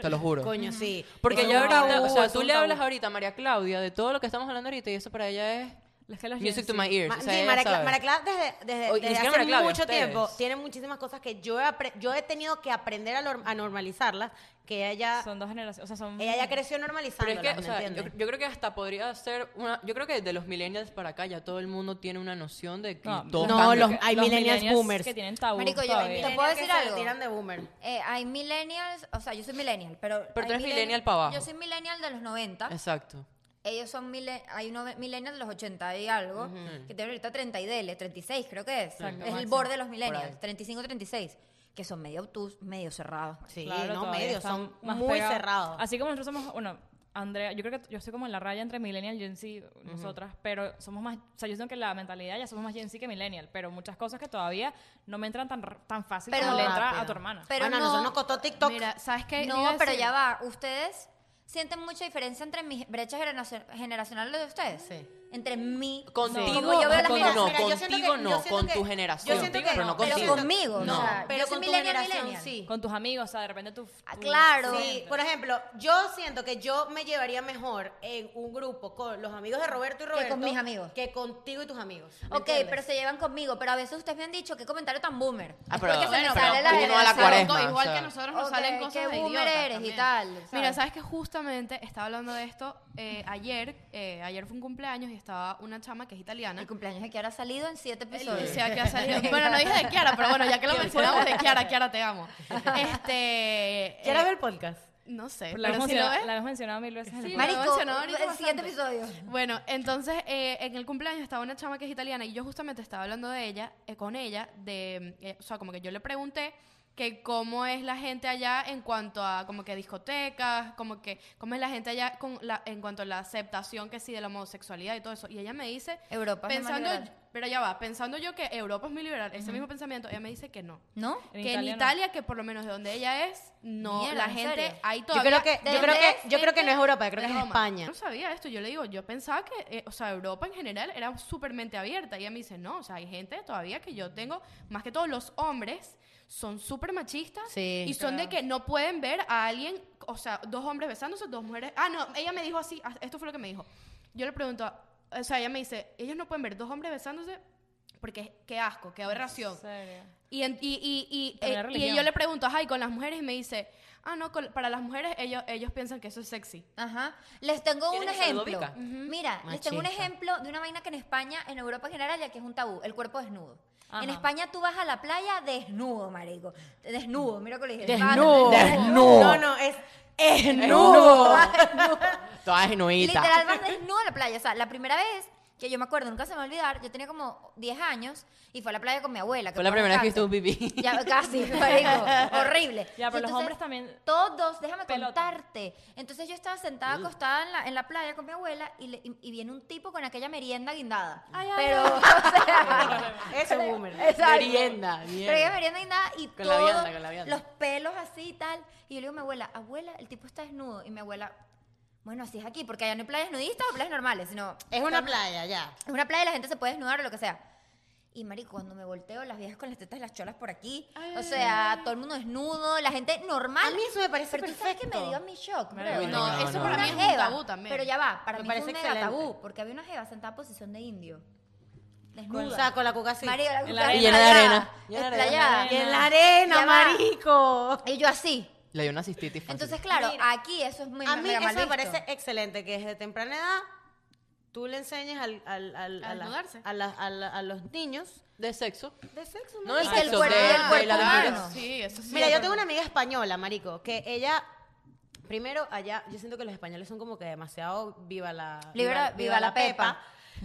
B: Te lo juro.
A: Coño, sí.
B: Porque
A: Eso
B: ya
A: es un
B: ahorita,
A: tabú,
B: o sea,
A: eso
B: tú
A: es un
B: le
A: tabú.
B: hablas ahorita a María Claudia de todo lo que estamos hablando ahorita y eso para ella es
E: Es que los
B: music
E: Gen
B: to
E: Z-
B: my ears.
A: Ma-
B: o sea,
A: sí,
B: ella
A: Mara, Cla-
B: sabe.
A: Mara Clara desde, desde-
B: O- ni
A: desde
B: siquiera
A: hace
B: Mara Clara,
A: mucho
B: ustedes.
A: tiempo tiene muchísimas cosas que yo he, apre- yo he tenido que aprender a, lor- a normalizarlas, que ella ya,
E: Son dos generaciones, o sea, son...
A: ella ya creció
B: Pero
A: normalizándolas,
B: es que, o
A: ¿me
B: sea, yo,
A: entiendes?
B: yo creo que hasta podría ser una. Yo creo que de los millennials para acá ya todo el mundo tiene una noción de que
E: No,
B: todos
A: no,
B: cambian.
A: los- hay millennials boomers.
E: que tienen tabú
D: Marico, yo-
E: todavía.
D: ¿Te puedo
A: Que
D: decir
A: se
D: algo?
A: tiran de boomer.
D: Eh, hay millennials, o sea, yo soy millennial, pero...
B: Pero tú
D: hay
B: eres
D: millenni-
B: millennial pa' abajo.
D: Yo soy millennial de los 90.
B: Exacto.
D: Ellos son mille- hay uno millennials de los 80 y algo, que tienen ahorita 30 y dele, 36 creo que es.
E: Exacto,
D: es el
E: máximo.
D: borde de los
B: ahí.
D: millennials, 35, 36, que son medio obtus, medio cerrados.
A: Sí,
E: Claro,
A: no,
E: todavía
A: medio,
E: están
A: son
E: más
A: muy
E: pegados.
A: cerrados.
E: Así como nosotros somos, bueno, Andrea, yo creo que yo estoy como en la raya entre millennial y Gen Z, nosotras, pero somos más, o sea, yo siento que la mentalidad ya somos más Gen Z que millennial, pero muchas cosas que todavía no me entran tan, r- tan fácil
D: Pero-
E: como le entra
A: Rápido.
E: a tu hermana.
D: Pero
A: Bueno, a
D: no-
A: nosotros nos costó TikTok.
C: Mira, ¿sabes qué? Iba
D: No,
C: a
D: pero
C: decir-
D: ya va. ¿Ustedes sienten mucha diferencia entre mis brechas generacio- generacionales de ustedes?
A: Sí.
D: Entre mí.
B: Contigo,
D: como yo veo las
B: con-
D: generaciones.
B: no,
A: Mira, yo siento
B: contigo
A: que-
B: no,
A: yo siento
B: con
A: que-
B: tu
A: yo
B: generación,
A: siento que
B: pero no
A: no,
D: pero
B: contigo.
D: conmigo.
A: no,
D: o sea,
A: pero
D: yo soy
A: con tu
D: millennial,
A: generación
D: millennial.
A: sí.
E: Con tus amigos, o sea, de repente tú...
D: Ah,
E: tú-
D: claro.
A: Sí, por ejemplo, yo siento que yo me llevaría mejor en un grupo con los amigos de Roberto y
D: con
A: Roberto
D: mis amigos.
A: que contigo y tus amigos. ¿me
D: Ok,
A: entiendes?
D: pero se llevan conmigo. Pero a veces ustedes me han dicho, qué comentario tan boomer.
B: Ah,
D: Es
B: pero-
D: porque se me
B: Bueno,
D: sale
B: pero
D: la
B: uno a la
D: generación.
B: cuaresma.
C: Igual
B: o sea.
C: que a nosotros nos
D: Ok,
C: salen cosas
D: qué
C: de
D: boomer
C: idiotas
D: eres y
C: también.
D: tal, ¿sabes?
C: Mira, ¿sabes qué? Justamente estaba hablando de esto eh, ayer, eh, ayer fue un cumpleaños y estaba una chama que es italiana.
D: El cumpleaños de Kiara ha salido en siete episodios.
C: O sea, que ha salido-
D: (laughs)
C: Bueno, no dije de Kiara, pero bueno, ya que lo mencionamos de Kiara, Kiara, te amo. Este.
A: ¿Quieres
C: eh,
A: ver el podcast?
C: No sé,
E: Pero la,
C: pero
E: hemos
C: si lo
E: mencionado-
C: ves.
E: la hemos mencionado mil veces. en el
C: Sí,
E: podcast.
C: Mari-
D: Marico,
C: mencionó ahorita
D: en siete
C: bastante.
D: episodios.
C: Bueno, entonces eh, en el cumpleaños estaba una chama que es italiana y yo justamente estaba hablando de ella, eh, con ella, de, eh, o sea, como que yo le pregunté que cómo es la gente allá en cuanto a como que discotecas, como que cómo es la gente allá con la, en cuanto a la aceptación que sí de la homosexualidad y todo eso. Y ella me dice,
D: Europa es lo más
C: pensando,
D: liberal.
C: pero ya va, pensando yo que Europa es muy liberal, ese mismo pensamiento, ella me dice que no.
D: ¿No?
E: En
C: que
E: Italia
C: en
E: no.
C: Italia, que por lo menos de donde ella es, no,
D: Mierda,
C: la
D: ¿en
C: gente
D: serio?
C: ahí
A: Yo
C: todavía...
A: creo que, yo
D: ¿de
A: creo
D: dónde
A: que,
D: es?
A: yo creo que no es Europa, yo creo
C: De
A: que es
C: Roma.
A: España.
C: No sabía esto. Yo le digo, yo pensaba que, eh, o sea, Europa en general era súper mente abierta. Y ella me dice, no, o sea, hay gente todavía que yo tengo, más que todos los hombres, son súper machistas
A: Sí,
C: y son de que no pueden ver a alguien, o sea, dos hombres besándose, dos mujeres. Ah, no, ella me dijo así, ah, esto fue lo que me dijo. Yo le pregunto, o sea, ella me dice, ellos no pueden ver dos hombres besándose porque qué asco, qué aberración.
E: En serio.
C: Y, en- y, y, y,
E: Pero
C: eh,
E: la
C: y
E: religión.
C: yo le pregunto, ajá, y con las mujeres, y me dice, ah, no, con- para las mujeres ellos, ellos piensan que eso es sexy.
D: Ajá. Les tengo un
B: ¿Quieres que
D: ejemplo.
B: saludo, Vika?
D: Mira, les tengo un
A: Machista.
D: ejemplo de una vaina que en España, en Europa en general, ya que es un tabú, el cuerpo desnudo. En
E: Ajá.
D: España tú vas a la playa desnudo, marico. Desnudo, mira que le dije.
A: Desnudo.
D: Vas-
A: (laughs) No, no, es desnudo.
D: (laughs)
B: Todas genuitas.
D: Literal, vas desnudo a la playa. O sea, la primera vez que yo me acuerdo, nunca se me va a olvidar, yo tenía como 10 años y fue a la playa con mi abuela.
B: Fue la
D: por
B: primera vez que
D: descanso.
B: viste un pipí.
D: Ya, casi, (laughs) marico. Horrible.
E: Ya, pero los
D: Entonces,
E: hombres también-
D: Todos, déjame
E: Pelota.
D: contarte. Entonces yo estaba sentada acostada en la, en la playa con mi abuela y, le- y- y viene un tipo con aquella merienda guindada.
C: Ay, ay,
D: pero, (laughs) o sea...
A: Eso es boomer.
D: (laughs) Exacto.
B: (laughs) Merienda, mierda.
D: Pero ella merienda y nada, y
B: Con la
D: todos
B: vianda, con la vianda.
D: los pelos así y tal. Y yo le digo a mi abuela, abuela, el tipo está desnudo. Y mi abuela, bueno, así es aquí, porque allá no hay playas nudistas o playas normales, sino
A: Es una playa, ya.
D: es una playa y la gente se puede desnudar o lo que sea. Y marico, cuando me volteo, las viejas con las tetas y las cholas por aquí. o sea, todo el mundo desnudo, la gente normal.
A: A mí eso me parece
D: Pero tú sabes que me
A: perfecto.
D: dio mi shock,
E: Me
D: bro.
E: dio-
B: No, no,
C: eso
B: no,
C: para
D: Una
C: mí es un
D: jeva,
C: tabú también.
D: Pero ya va, para
A: Me
D: mí
A: parece
D: es un mega
A: excelente.
D: tabú, porque había una jeva sentada en posición de indio. Desnuda.
A: O sea, con la cuca así.
D: Marico, la
E: En la
D: cuca
E: arena.
B: Llena de
D: desplayada,
B: arena. Llena de arena.
D: desplayada.
A: Y en la arena,
D: Ya va.
A: marico.
D: Y yo así.
B: Le dio una cistitis. fácil.
D: Entonces, claro, aquí eso es muy
A: A mí
D: mega mal
A: eso me
D: visto.
A: parece eh, excelente, que desde temprana edad tú le enseñes al, al, al-
C: A
A: a, la-
C: desnudarse.
A: a la- a la- a los niños
B: de sexo.
A: de sexo.
B: No
A: marico.
B: del
D: Y que el
B: sexo,
D: cuerpo-
B: de,
D: y el
B: de
D: cuerpo
B: las
D: humano.
B: mujeres.
C: Ah, Sí, eso sí.
A: Mira, yo tengo una amiga española, marico, que ella... Primero, allá, yo siento que los españoles son como que demasiado viva la...
D: Libra- viva la pepa.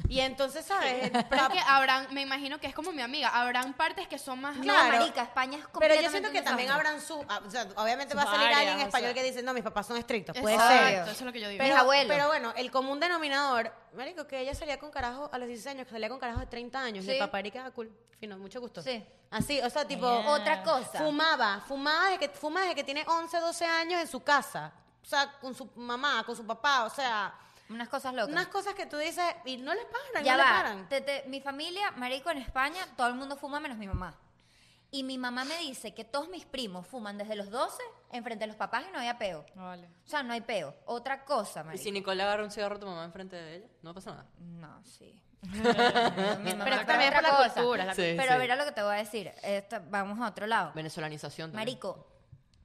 A: Y entonces, ¿sabes?
C: Pero es que habrán, me imagino que es como mi amiga, habrán partes que son más...
D: No,
A: Claro.
D: marica, España es
A: Pero
D: completamente
A: yo siento que
D: un
A: también
D: desastre.
A: habrán su... ah, o sea, obviamente va a
E: Sus
A: salir
E: áreas,
A: alguien
E: o
A: español
E: sea.
A: que dice, no, mis papás son estrictos. Puede
C: Exacto,
A: ser.
D: obvio.
C: eso es lo que yo digo.
D: Mis
A: Pero,
D: abuelos.
A: pero bueno, el común denominador, marico, que ella salía con carajos a los 16 años, que salía con carajos de 30 años. Y
D: Sí.
A: el papá era cool, fino, mucho gusto.
D: Sí.
A: Así, o sea, tipo,
E: Ah.
D: Otra cosa.
A: fumaba, fumaba desde, que, fuma desde que tiene 11, 12 años en su casa. O sea, con su mamá, con su papá, o sea,
D: Unas cosas locas.
A: unas cosas que tú dices y no le paran,
D: ya
A: no le
D: va.
A: paran.
D: Te- te- mi familia, marico, en España, todo el mundo fuma menos mi mamá. Y mi mamá me dice que todos mis primos fuman desde los 12 enfrente de los papás y no había peo.
E: No Vale.
D: O sea, no hay peo. Otra cosa,
B: Y
D: marico.
B: si Nicole le agarra un cigarro a tu mamá enfrente de ella, no pasa nada.
D: No,
E: (laughs)
D: sí. Mi mamá
A: Pero
D: con
A: también por
D: otra
A: la
D: cosa.
A: cultura, la-
B: Sí,
D: Pero
B: Este, sí.
D: mira lo que te voy a decir. Esto- vamos a otro lado.
B: Venezolanización. también.
D: Marico,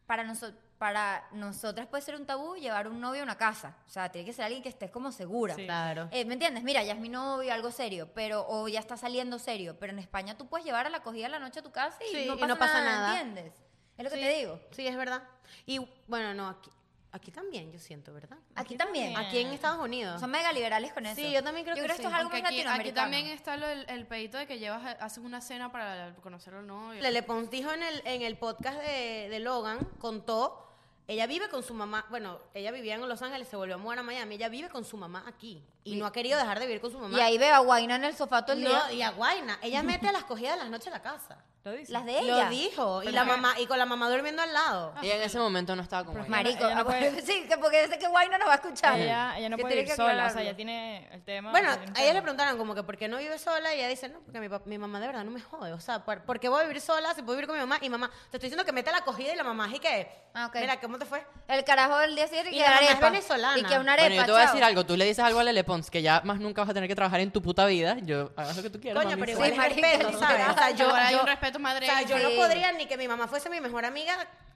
D: para, noso- para nosotras puede ser un tabú llevar un novio a una casa. O sea, tiene que ser alguien que estés como segura.
E: Sí.
A: Claro.
D: Eh, ¿Me entiendes? Mira, ya es mi novio, algo serio, pero o ya está saliendo serio. Pero en España tú puedes llevar a la cogida de la noche a tu casa y,
A: Sí,
D: no,
A: y
D: pasa
A: no pasa
D: nada,
A: nada.
D: ¿entiendes? Es lo que te digo.
A: Sí, es verdad. Y bueno, no, aquí, aquí también yo siento, ¿verdad?
D: Aquí también.
A: Aquí en Estados Unidos.
D: Son mega liberales con eso.
A: Sí, yo también creo que
D: esto
A: sí.
D: es algo
C: Porque
D: más
C: aquí, aquí
D: latinoamericano.
C: también está lo del- el, pedito de que llevas, haces una cena para conocer al novio.
A: Lele Pons dijo en el, en el podcast de, de Logan, contó, ella vive con su mamá, bueno, ella vivía en Los Ángeles, se volvió a mudar a Miami, ella vive con su mamá aquí y no ha querido dejar de vivir con su mamá.
D: Y ahí veo a Guaina en el sofá todo el
A: No,
D: día.
A: y a Guayna, ella mete a las cogidas de las noches a la casa.
E: ¿Lo dices?
D: Las de ella. Ah,
A: Lo dijo, y la mamá y con la mamá durmiendo al lado.
B: Ella en ese momento no estaba como. ella.
D: Marico, ah,
E: Ella no puede-
D: (laughs) sí, que porque sé que Guaina nos va a escuchar.
E: Ella, ella no
D: Que
E: puede
D: tiene
E: ir
D: que
E: sola, o sea,
D: aclararlo.
E: ella tiene el tema.
A: Bueno,
E: o sea, tiene un
A: a ella le
E: tema.
A: preguntaron como que por qué no vive sola y ella dice, no, porque mi, pap- mi mamá de verdad no me jode, o sea, ¿por, por qué voy a vivir sola si puedo vivir con mi mamá? Y mamá, te estoy diciendo que mete a la cogida y la mamá, así que,
D: Ah, ok.
A: mira, ¿cómo te fue?
D: El carajo del día siguiente
A: Y
D: que
A: la
D: una
A: mamá es
D: arepa.
A: venezolana.
D: Y que una arepa.
B: Bueno, yo te voy a
D: chao.
B: decir algo. Tú le dices algo a Lele Pons que ya más nunca vas a tener que trabajar en tu puta vida. Yo hagas lo que tú quieras.
A: Coño,
B: mami,
A: pero
B: suave.
A: igual
D: Sí,
A: es respeto,
D: marico.
A: ¿sabes? O sea, yo,
C: Igual hay
A: yo-
C: un respeto tu madre.
A: O sea, yo
D: Sí.
A: no podría ni que mi mamá fuese mi mejor amiga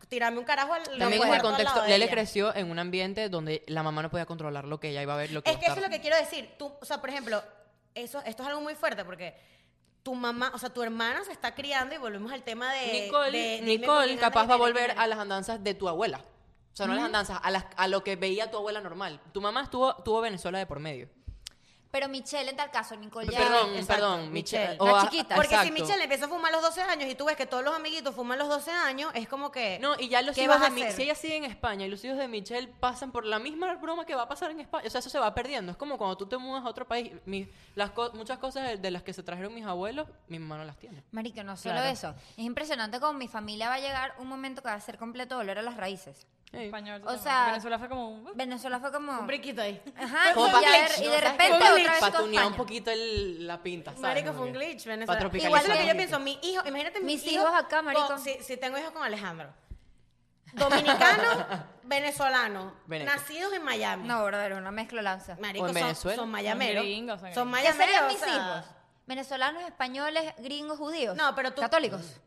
A: tirarme un carajo al no
B: También
A: puedo
B: es
A: estar
B: el
A: al
B: contexto.
A: lado de
B: Lele
A: ella.
B: creció en un ambiente donde la mamá no podía controlar lo que ella iba a ver, lo que
A: Es
B: iba
A: que
B: a
A: eso es
B: estar.
A: lo que quiero decir. Tú, o sea, por ejemplo, eso, esto es algo muy fuerte porque tu mamá, o sea, tu hermana se está criando y volvemos al tema de.
B: Nicole,
A: eh, de- dime con
B: Nicole
A: quién
B: capaz
A: andas
B: va a
A: y dime
B: volver
A: quién
B: a
A: eres.
B: las andanzas de tu abuela. O sea, no a las andanzas, a, las- a lo que veía tu abuela normal. Tu mamá estuvo, tuvo Venezuela de por medio.
D: Pero Michelle, en tal caso, Nicole
B: P-
D: ya.
B: perdón,
A: Pues exacto,
B: perdón, Michelle.
A: Michelle.
B: o
D: La
B: a-
D: chiquita.
A: Porque si
B: exacto.
A: Michelle empieza a fumar a los 12 años y tú ves que todos los amiguitos fuman a los 12 años, es como que.
B: No, y ya los
A: ¿qué
B: hijos
A: vas a
B: de Mi-
A: hacer?
B: Si ella sigue en España y los hijos de Michelle pasan por la misma broma que va a pasar en España. O sea, eso se va perdiendo. Es como cuando tú te mudas a otro país. mis- las co- muchas cosas de- de las que se trajeron mis abuelos, mi mamá no las tiene.
D: Marico, no solo
E: Claro.
D: eso. Es impresionante cómo mi familia va a llegar un momento que va a ser completo volver a las raíces.
B: Ey.
E: Español,
D: O
E: o
D: sea,
E: sea, Venezuela fue como un...
D: Venezuela fue como.
A: Un briquito ahí.
D: Ajá,
B: Como
D: y,
B: pa'
D: ya de-
B: glitch, ¿no?
D: y de
B: ¿Sabes?
D: repente
B: Como
D: otra vez
B: pa'
D: con
B: tunear un
D: España.
B: poquito el- la pinta. ¿sabes?
A: Marico,
B: Como
A: fue un
B: que-
A: glitch,
B: pa'
A: Venezuela.
B: tropicalizar
A: Igual es lo que
B: un
A: yo
B: poquito.
A: pienso, mis hijos, imagínate
D: Mis hijos acá, marico.
A: con- si, si tengo hijos con Alejandro.
B: (laughs)
A: Dominicano, venezolano,
B: Veneco.
A: nacidos en Miami.
D: No, brother, una mezcla lanza.
A: Marico,
B: O en
A: son-
B: Venezuela.
A: Son, mayameros.
E: Son gringos, son
A: Son
E: gringos.
D: ¿Qué
A: mayameros.
D: serían
A: o
D: mis
A: sea,
D: hijos? Venezolanos, españoles, gringos, judíos.
A: No, pero tú-
D: Católicos.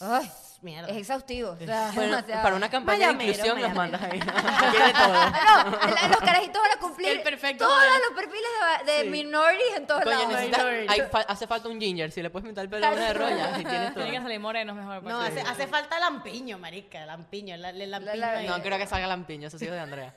D: Ay,
A: Mierda.
D: es exhaustivo. (laughs) o sea,
B: Bueno,
D: demasiado.
B: para una campaña de
A: Mayamero,
B: inclusión los
A: Mayamero.
B: mandas ahí. Tiene todo.
D: Ah, no, la- los carajitos van a cumplir
C: El perfecto
D: todos
C: modelo.
D: los perfiles de, va- de minorities en todos
B: Coño,
D: lados.
B: necesitas, hay fa- hace falta un ginger. Si le puedes pintar el pelo a una de roña, y tienes todo.
E: Tienen que salir morenos mejor.
A: No, hace,
E: porque-
A: hace falta lampiño, marica. Lampiño, la- el lampiño.
D: la-
A: ahí.
B: No creo que salga lampiño, esos hijos de Andrea.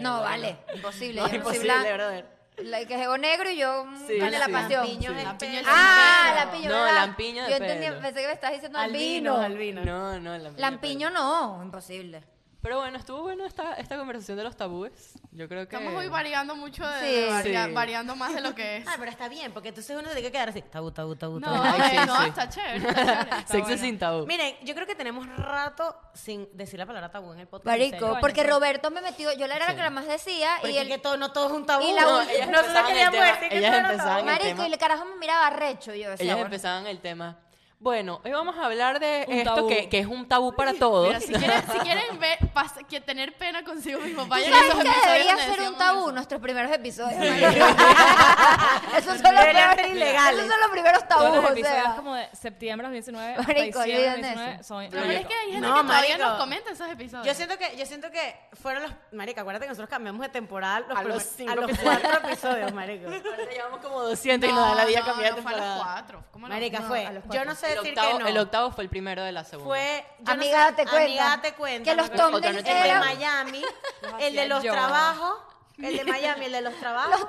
D: No, vale, imposible.
B: No,
D: yo no soy
B: imposible,
D: blanca.
B: brother.
D: La que es negro y yo mm,
B: Sí,
D: vale la
B: sí.
D: pasión.
A: Lampiño es el
C: Lampiño es
A: pelo.
D: Ah,
C: Lampiño.
D: lampiño,
B: No,
D: ¿verdad?
B: lampiño de
D: Yo entendía,
B: pelo.
D: pensé que me estabas diciendo
A: Albino,
D: albino.
A: albino.
B: No, no, lampiño.
D: Lampiño no, imposible.
B: Pero bueno, estuvo bueno esta, esta conversación de los tabúes. Yo creo que. (laughs)
C: Estamos muy variando mucho de,
D: Sí.
C: de varia-
B: Sí.
C: variando más de lo
A: (laughs)
C: que es.
A: Ah, pero está bien, porque entonces uno tiene que quedar así. Tabú, tabú, tabú,
C: No,
A: tabú.
B: Ay, sí,
C: eh, no,
B: sí.
C: está chévere. está chévere.
B: Sexo
E: bueno.
B: sin tabú.
A: Miren, yo creo que tenemos rato sin decir la palabra tabú en el podcast. en
D: Marico,
A: serio.
D: porque Roberto me metió, yo la era la
B: Sí.
D: que la más decía
A: Porque
D: y
A: es que
D: el
A: todo, no todo es un tabú.
D: Y la
A: No,
D: última-
A: ellas Nosotros
B: empezaban el
A: queríamos
B: tema,
A: decir que
B: ellas
A: todo era
B: empezaban
A: tabú.
B: el
D: marico
B: tema.
D: y el carajo me miraba recho y yo decía,
B: Ellas
D: bueno,
B: empezaban el tema. Bueno, hoy vamos a hablar de
E: Un
B: esto
E: tabú.
B: que, que es un tabú para todos.
C: Mira,
B: (laughs)
C: si quieren, si quieren ver, pas- que tener pena consigo mismo,
D: ¿Tú
C: vayan a
D: sabes
C: esos
D: que
C: episodios
D: debería
C: donde
D: ser un
C: decíamos
D: tabú
C: eso.
D: nuestros primeros episodios? marico?
C: (laughs)
D: esos, son los
A: Deberían
D: primeros,
A: ser ilegales.
D: esos son los primeros
E: Todos
D: tabús,
E: los
D: o
E: episodios
D: sea.
E: como de septiembre de 2019 hasta
D: Marico,
E: diciembre de
D: olviden
E: 2019
D: eso.
E: son...
C: Pero
B: Marico.
C: es que hay gente
A: No,
C: que todavía
A: marico.
C: nos comenta esos episodios.
A: Yo siento que, yo siento que fueron los. Marica, acuérdate que nosotros cambiamos de temporada los
B: A los
A: primer-
B: cinco
A: a los
B: episodios.
A: cuatro episodios, marico.
B: Ahorita llevamos como 200 y nos da la vida
C: no,
B: cambiar de
C: no, fue a las
B: temporada.
C: cuatro. ¿Cómo no?
A: Marica,
D: No,
A: fue.
D: a los cuatro.
A: Yo no sé
B: El
A: decir
B: octavo,
A: que no.
B: el octavo fue el primero de la segunda.
A: Fue. yo no
D: Amiga,
A: sé-
D: date cuenta.
A: Amiga, date cuenta.
D: Que los
A: me acuerdo.
B: tomben
A: El de
B: eran-
A: Miami, el de
E: hacía
A: los
E: llorar.
A: trabajos, el de Miami, el de los trabajos.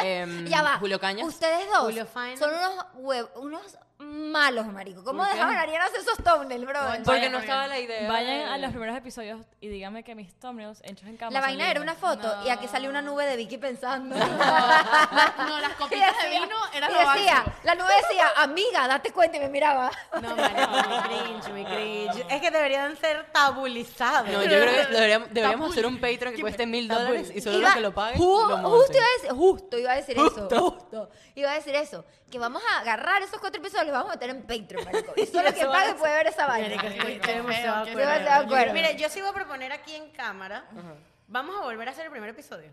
B: Em,
D: Ya va.
B: Julio Cañas.
D: Ustedes dos
A: Julio Fine.
D: son unos huev- unos malos, marico. ¿Cómo
B: ¿Por qué?
D: dejaban a Ariana hacer esos thumbnails, bro?
C: Bueno,
B: Porque
C: Vaya,
B: no
C: porque-
B: estaba la idea.
E: Vayan
B: de-
E: a los primeros episodios y díganme que mis thumbnails hechos en cama
D: La
E: son
D: vaina era una
E: lindos.
D: foto y aquí salió una nube de Vicky pensando.
C: No, no, las copitas de vino era
D: y
C: lo
D: decía,
C: básico.
D: la nube decía, amiga, date cuenta y me miraba.
A: No, marico, mi cringe, mi cringe. Es que deberían ser tabulizados.
B: No, yo creo que deberíamos, deberíamos hacer un Patreon que cueste mil dólares Pues, y solo
D: Iba-
B: los que lo paguen.
D: ju-
B: lo
D: justo
B: monten.
D: iba a decir, justo iba a decir eso.
B: Justo.
D: Justo. Iba a decir eso. Que vamos a agarrar esos cuatro episodios, los vamos a meter en Patreon, marico. Y solo
A: eso
D: que
A: va a
D: pague
A: ser-
D: puede ver esa
A: Marica,
D: vaina.
A: estoy-
C: Qué
A: estoy demasiado
C: feo, qué
A: acuerdo.
D: feo. Demasiado acuerdo.
A: Mire, yo sí voy a proponer aquí en cámara. Vamos a volver a hacer el primer episodio.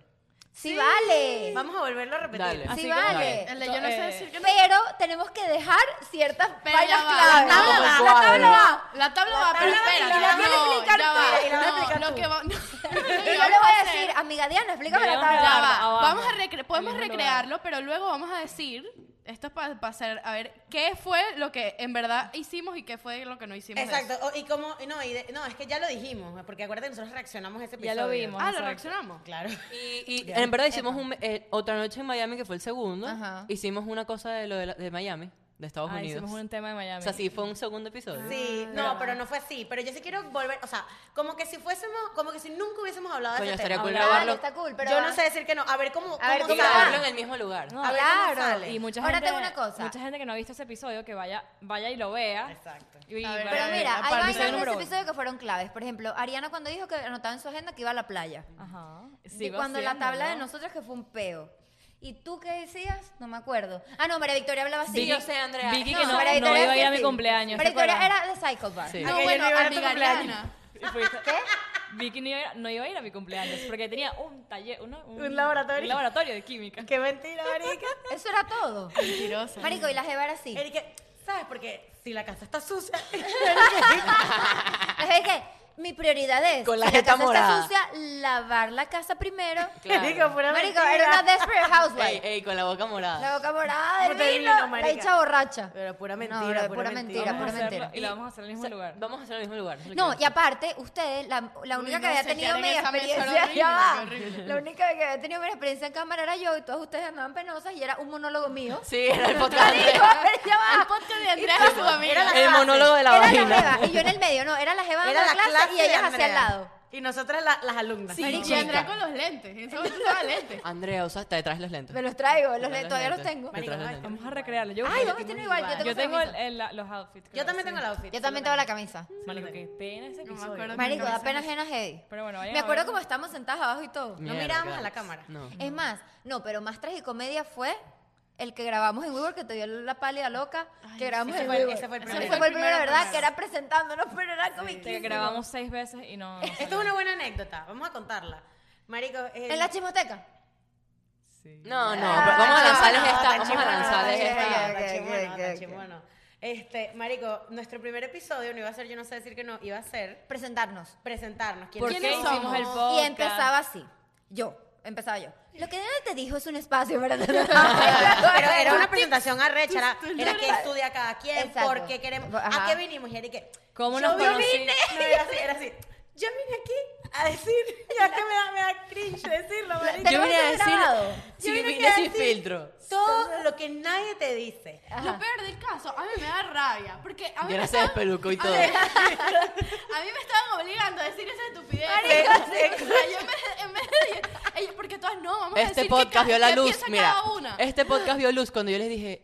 D: Sí, vale.
A: Vamos a volverlo a repetir.
B: Dale.
E: Así
D: Sí,
E: como-
D: vale.
C: El de yo no sé
E: Eh,
C: decir que no.
D: Pero tenemos que dejar ciertas
C: Pero
D: vainas
C: ya va,
D: clave.
C: la
A: Ah,
C: tabla
B: va,
D: La
B: la
D: tabla va.
C: La tabla va, pero
A: tabla va y
C: espera.
A: la vas a
C: no,
A: explicar
C: ya
A: tú,
C: va.
A: y la vas a
C: no,
A: explicar
C: lo
A: tú.
C: que va- (laughs) no, lo que
D: Yo
C: vamos
D: le voy a
C: hacer-
D: decir, amiga Diana, explícame la
E: Debemos
D: tabla.
C: Ah, Ya
E: grabar. Abajo,
C: va.
E: abajo.
C: Vamos a recre- podemos
E: Al mismo
C: recrearlo, pero luego vamos a decir, esto es para hacer, a ver, ¿qué fue lo que en verdad hicimos y qué fue lo que no hicimos? de
A: Exacto. o- y como, no, y de- no, es que ya lo dijimos, pues, porque acuérdate que nosotros reaccionamos a ese
E: Ya
A: episodio.
E: lo
C: eso.
E: vimos.
C: Ah, lo
E: exacto.
C: reaccionamos.
A: Claro.
B: Y, y en verdad hicimos un, eh, otra noche en Miami, que fue el segundo.
D: Ajá.
B: Hicimos una cosa de lo de, la- de Miami, de Estados
E: Ah,
B: Unidos.
E: hicimos un tema de Miami.
B: O sea, sí, fue un segundo episodio.
A: Sí, no, pero no fue así. Pero yo sí quiero volver, o sea, como que si fuésemos, como que si nunca hubiésemos hablado de
B: Coño,
A: ese
B: estaría
A: tema.
B: cool
D: Dale,
B: grabarlo.
D: está cool, pero
A: yo no sé decir que no. A ver cómo,
D: A ver
A: cómo
B: Y
D: cómo
A: sale.
D: va.
B: grabarlo en el mismo lugar.
E: No,
A: A ver cómo
D: Claro.
A: sale.
E: Y mucha
D: Ahora
E: gente,
D: tengo una cosa.
E: Mucha gente que no ha visto ese episodio que vaya, vaya y lo vea.
A: Exacto.
E: Y-
C: A ver,
E: para-
D: Pero
C: Eh,
D: mira,
E: para
D: hay
E: el
D: vainas
E: episodio
D: en ese
E: número uno.
D: episodio que fueron claves. Por ejemplo, Ariana cuando dijo que anotaba en su agenda que iba a la playa.
E: Ajá.
D: Y
E: Sigo
D: cuando la
E: haciendo,
D: tabla de
E: ¿no?
D: nosotros que fue un peo. ¿Y tú qué decías? No me acuerdo. Ah, no, María Victoria hablaba así.
B: Sí, yo sé, Andrea.
E: Vicky
B: No,
E: que no,
D: María
E: no
D: Victoria
E: iba a ir
D: decía
E: a mi
D: así. María
E: cumpleaños. ¿te
D: Victoria
E: acuerdas?
D: era de Psycho Bar.
B: Sí.
C: No,
A: Aquello
C: bueno,
A: no iba a tu
C: amiga
A: cumpleaños.
C: Ariana.
E: Y fuiste-
D: ¿Qué?
E: Vicky no iba, no iba a ir a mi cumpleaños porque tenía un taller, uno-
A: Un laboratorio.
E: un laboratorio de química.
A: Qué mentira, marica.
D: Eso era todo.
C: Mentirosa.
D: Marico, y la jeva era así.
A: Erika, ¿Sabes? Porque si la casa está sucia.
D: ¿Sabes qué? Mi prioridad es,
B: Con la
D: si
B: jeta
D: casa
B: morada.
D: está sucia, lavar la casa
E: (laughs)
D: primero.
B: Claro.
A: Marico, pura
D: Marico,
A: mentira.
D: era una (laughs) desperate
B: Ey,
D: housewife.
B: ey, con la boca morada.
D: La boca morada, el
A: Puta
D: vino,
A: divino,
D: la
A: marica.
D: hecha borracha.
A: Pero pura
D: No,
A: mentira,
D: bro,
A: pura mentira.
D: mentira,
E: Vamos a
D: pura
E: hacerlo
D: mentira.
E: y lo vamos a hacer en el mismo lugar.
B: Vamos a hacer el mismo lugar. eso es lo
D: No,
B: que
D: y aparte, ustedes, la, la
C: Uy,
D: única
C: no
D: que había
C: sé, quedar
D: tenido
C: en
D: media
C: esa mesa era
D: experiencia,
C: horrible,
D: ya va.
C: qué horrible.
D: La única que había tenido media experiencia en cámara era yo y todas ustedes andaban penosas y era un monólogo mío.
B: Sí, era el podcast. de-
D: Marico, a ver, ya va.
C: El podcast de Andrea y su amiga.
B: el monólogo de la
D: Era
B: vagina.
D: jeva, y yo en el medio, no, era la jeva de
A: Era
D: la clase, y
A: de
D: ellas hacia el
A: Andrea.
D: lado.
A: Y nosotras la- las alumnas.
C: Sí,
A: Marico,
C: y Andrea con los lentes. En ese momento estaba lentes.
B: Andrea, usa, te traes los lentes.
D: Me los traigo, los,
B: Te traes
D: todavía los
B: lentes.
D: tengo.
B: Te traes los lentes.
E: Vamos a recrearlo. Yo,
D: Ay, vamos a tener igual, yo tengo
E: yo tengo el,
D: camisa.
E: el- la- los outfits.
A: Yo
E: creo,
A: también
E: sí.
A: tengo el outfit.
D: Yo también tengo la camisa.
E: Marico, qué pena ese
C: No me
E: episodio.
C: acuerdo.
D: Marico, da
C: camisa.
D: pena ajena heavy.
E: Pero bueno, vayan
D: Me
E: a
D: acuerdo
E: verlo.
D: como estábamos sentadas abajo y todo.
A: No
B: Mierda,
A: miramos
B: qué
A: a la
B: ganas.
A: cámara.
B: No.
D: Es más, no, pero más tragicomedia fue el que grabamos en WeWork, que te dio la pálida loca, que grabamos
A: ese
D: en
A: fue el-
D: WeWork.
A: ese fue el
D: Ese
A: primero.
D: fue el primero, ¿verdad?
C: programa.
D: Que era presentándonos, pero era comiquísimo.
E: Que grabamos seis veces y no. no
A: Esto es una buena anécdota. Vamos a contarla. Marico, eh,
D: En la Ah, chismoteca.
B: No, no,
A: Ah,
B: pero vamos a lanzarles esta. Vamos a lanzarles
D: chimona,
B: esta.
A: Está
D: ok, ok,
A: chimono,
D: ok,
A: está
D: ok.
A: chimono. Este, marico, nuestro primer episodio no iba a ser, yo no sé decir que no, iba a ser
D: Presentarnos.
A: presentarnos.
E: ¿Por
A: quiénes
E: qué
A: somos.
E: hicimos
B: (laughs)
E: el podcast?
D: Y empezaba así. Yo, empezaba yo. Lo que nadie te dijo es un
B: (laughs)
D: espacio, ¿verdad? (laughs)
A: Pero era una presentación arrecha, era, era que estudia cada quien,
D: Exacto.
A: por qué queremos,
D: Ajá.
A: a qué vinimos, y era que,
E: ¿Cómo
A: yo
E: nos
A: vine-
E: conocí?
A: (laughs) No, era así, era así. Yo vine aquí a decir, ya que me da, me da cringe decirlo, marico.
B: Yo
D: Tenemos
B: vine a
D: eso grabado.
B: decir. Si
A: Yo vine
B: vine
A: a
B: sin
A: decir-
B: filtro.
A: Todo lo que nadie te dice.
D: Ajá.
C: Lo peor del caso, a mí me da rabia. Porque a mí,
B: Yo
C: me
B: era
C: estaban,
B: peluco y todo.
C: a mí me estaban obligando a decir esa estupidez.
A: Marico,
C: O sea, yo en vez de- en vez de- ellos- porque todas no, vamos a decir
B: Este
C: qué
B: podcast
C: ca-
B: vio la
C: qué
B: luz.
C: piensa
B: Mira,
C: cada una.
B: este podcast vio luz cuando yo les dije.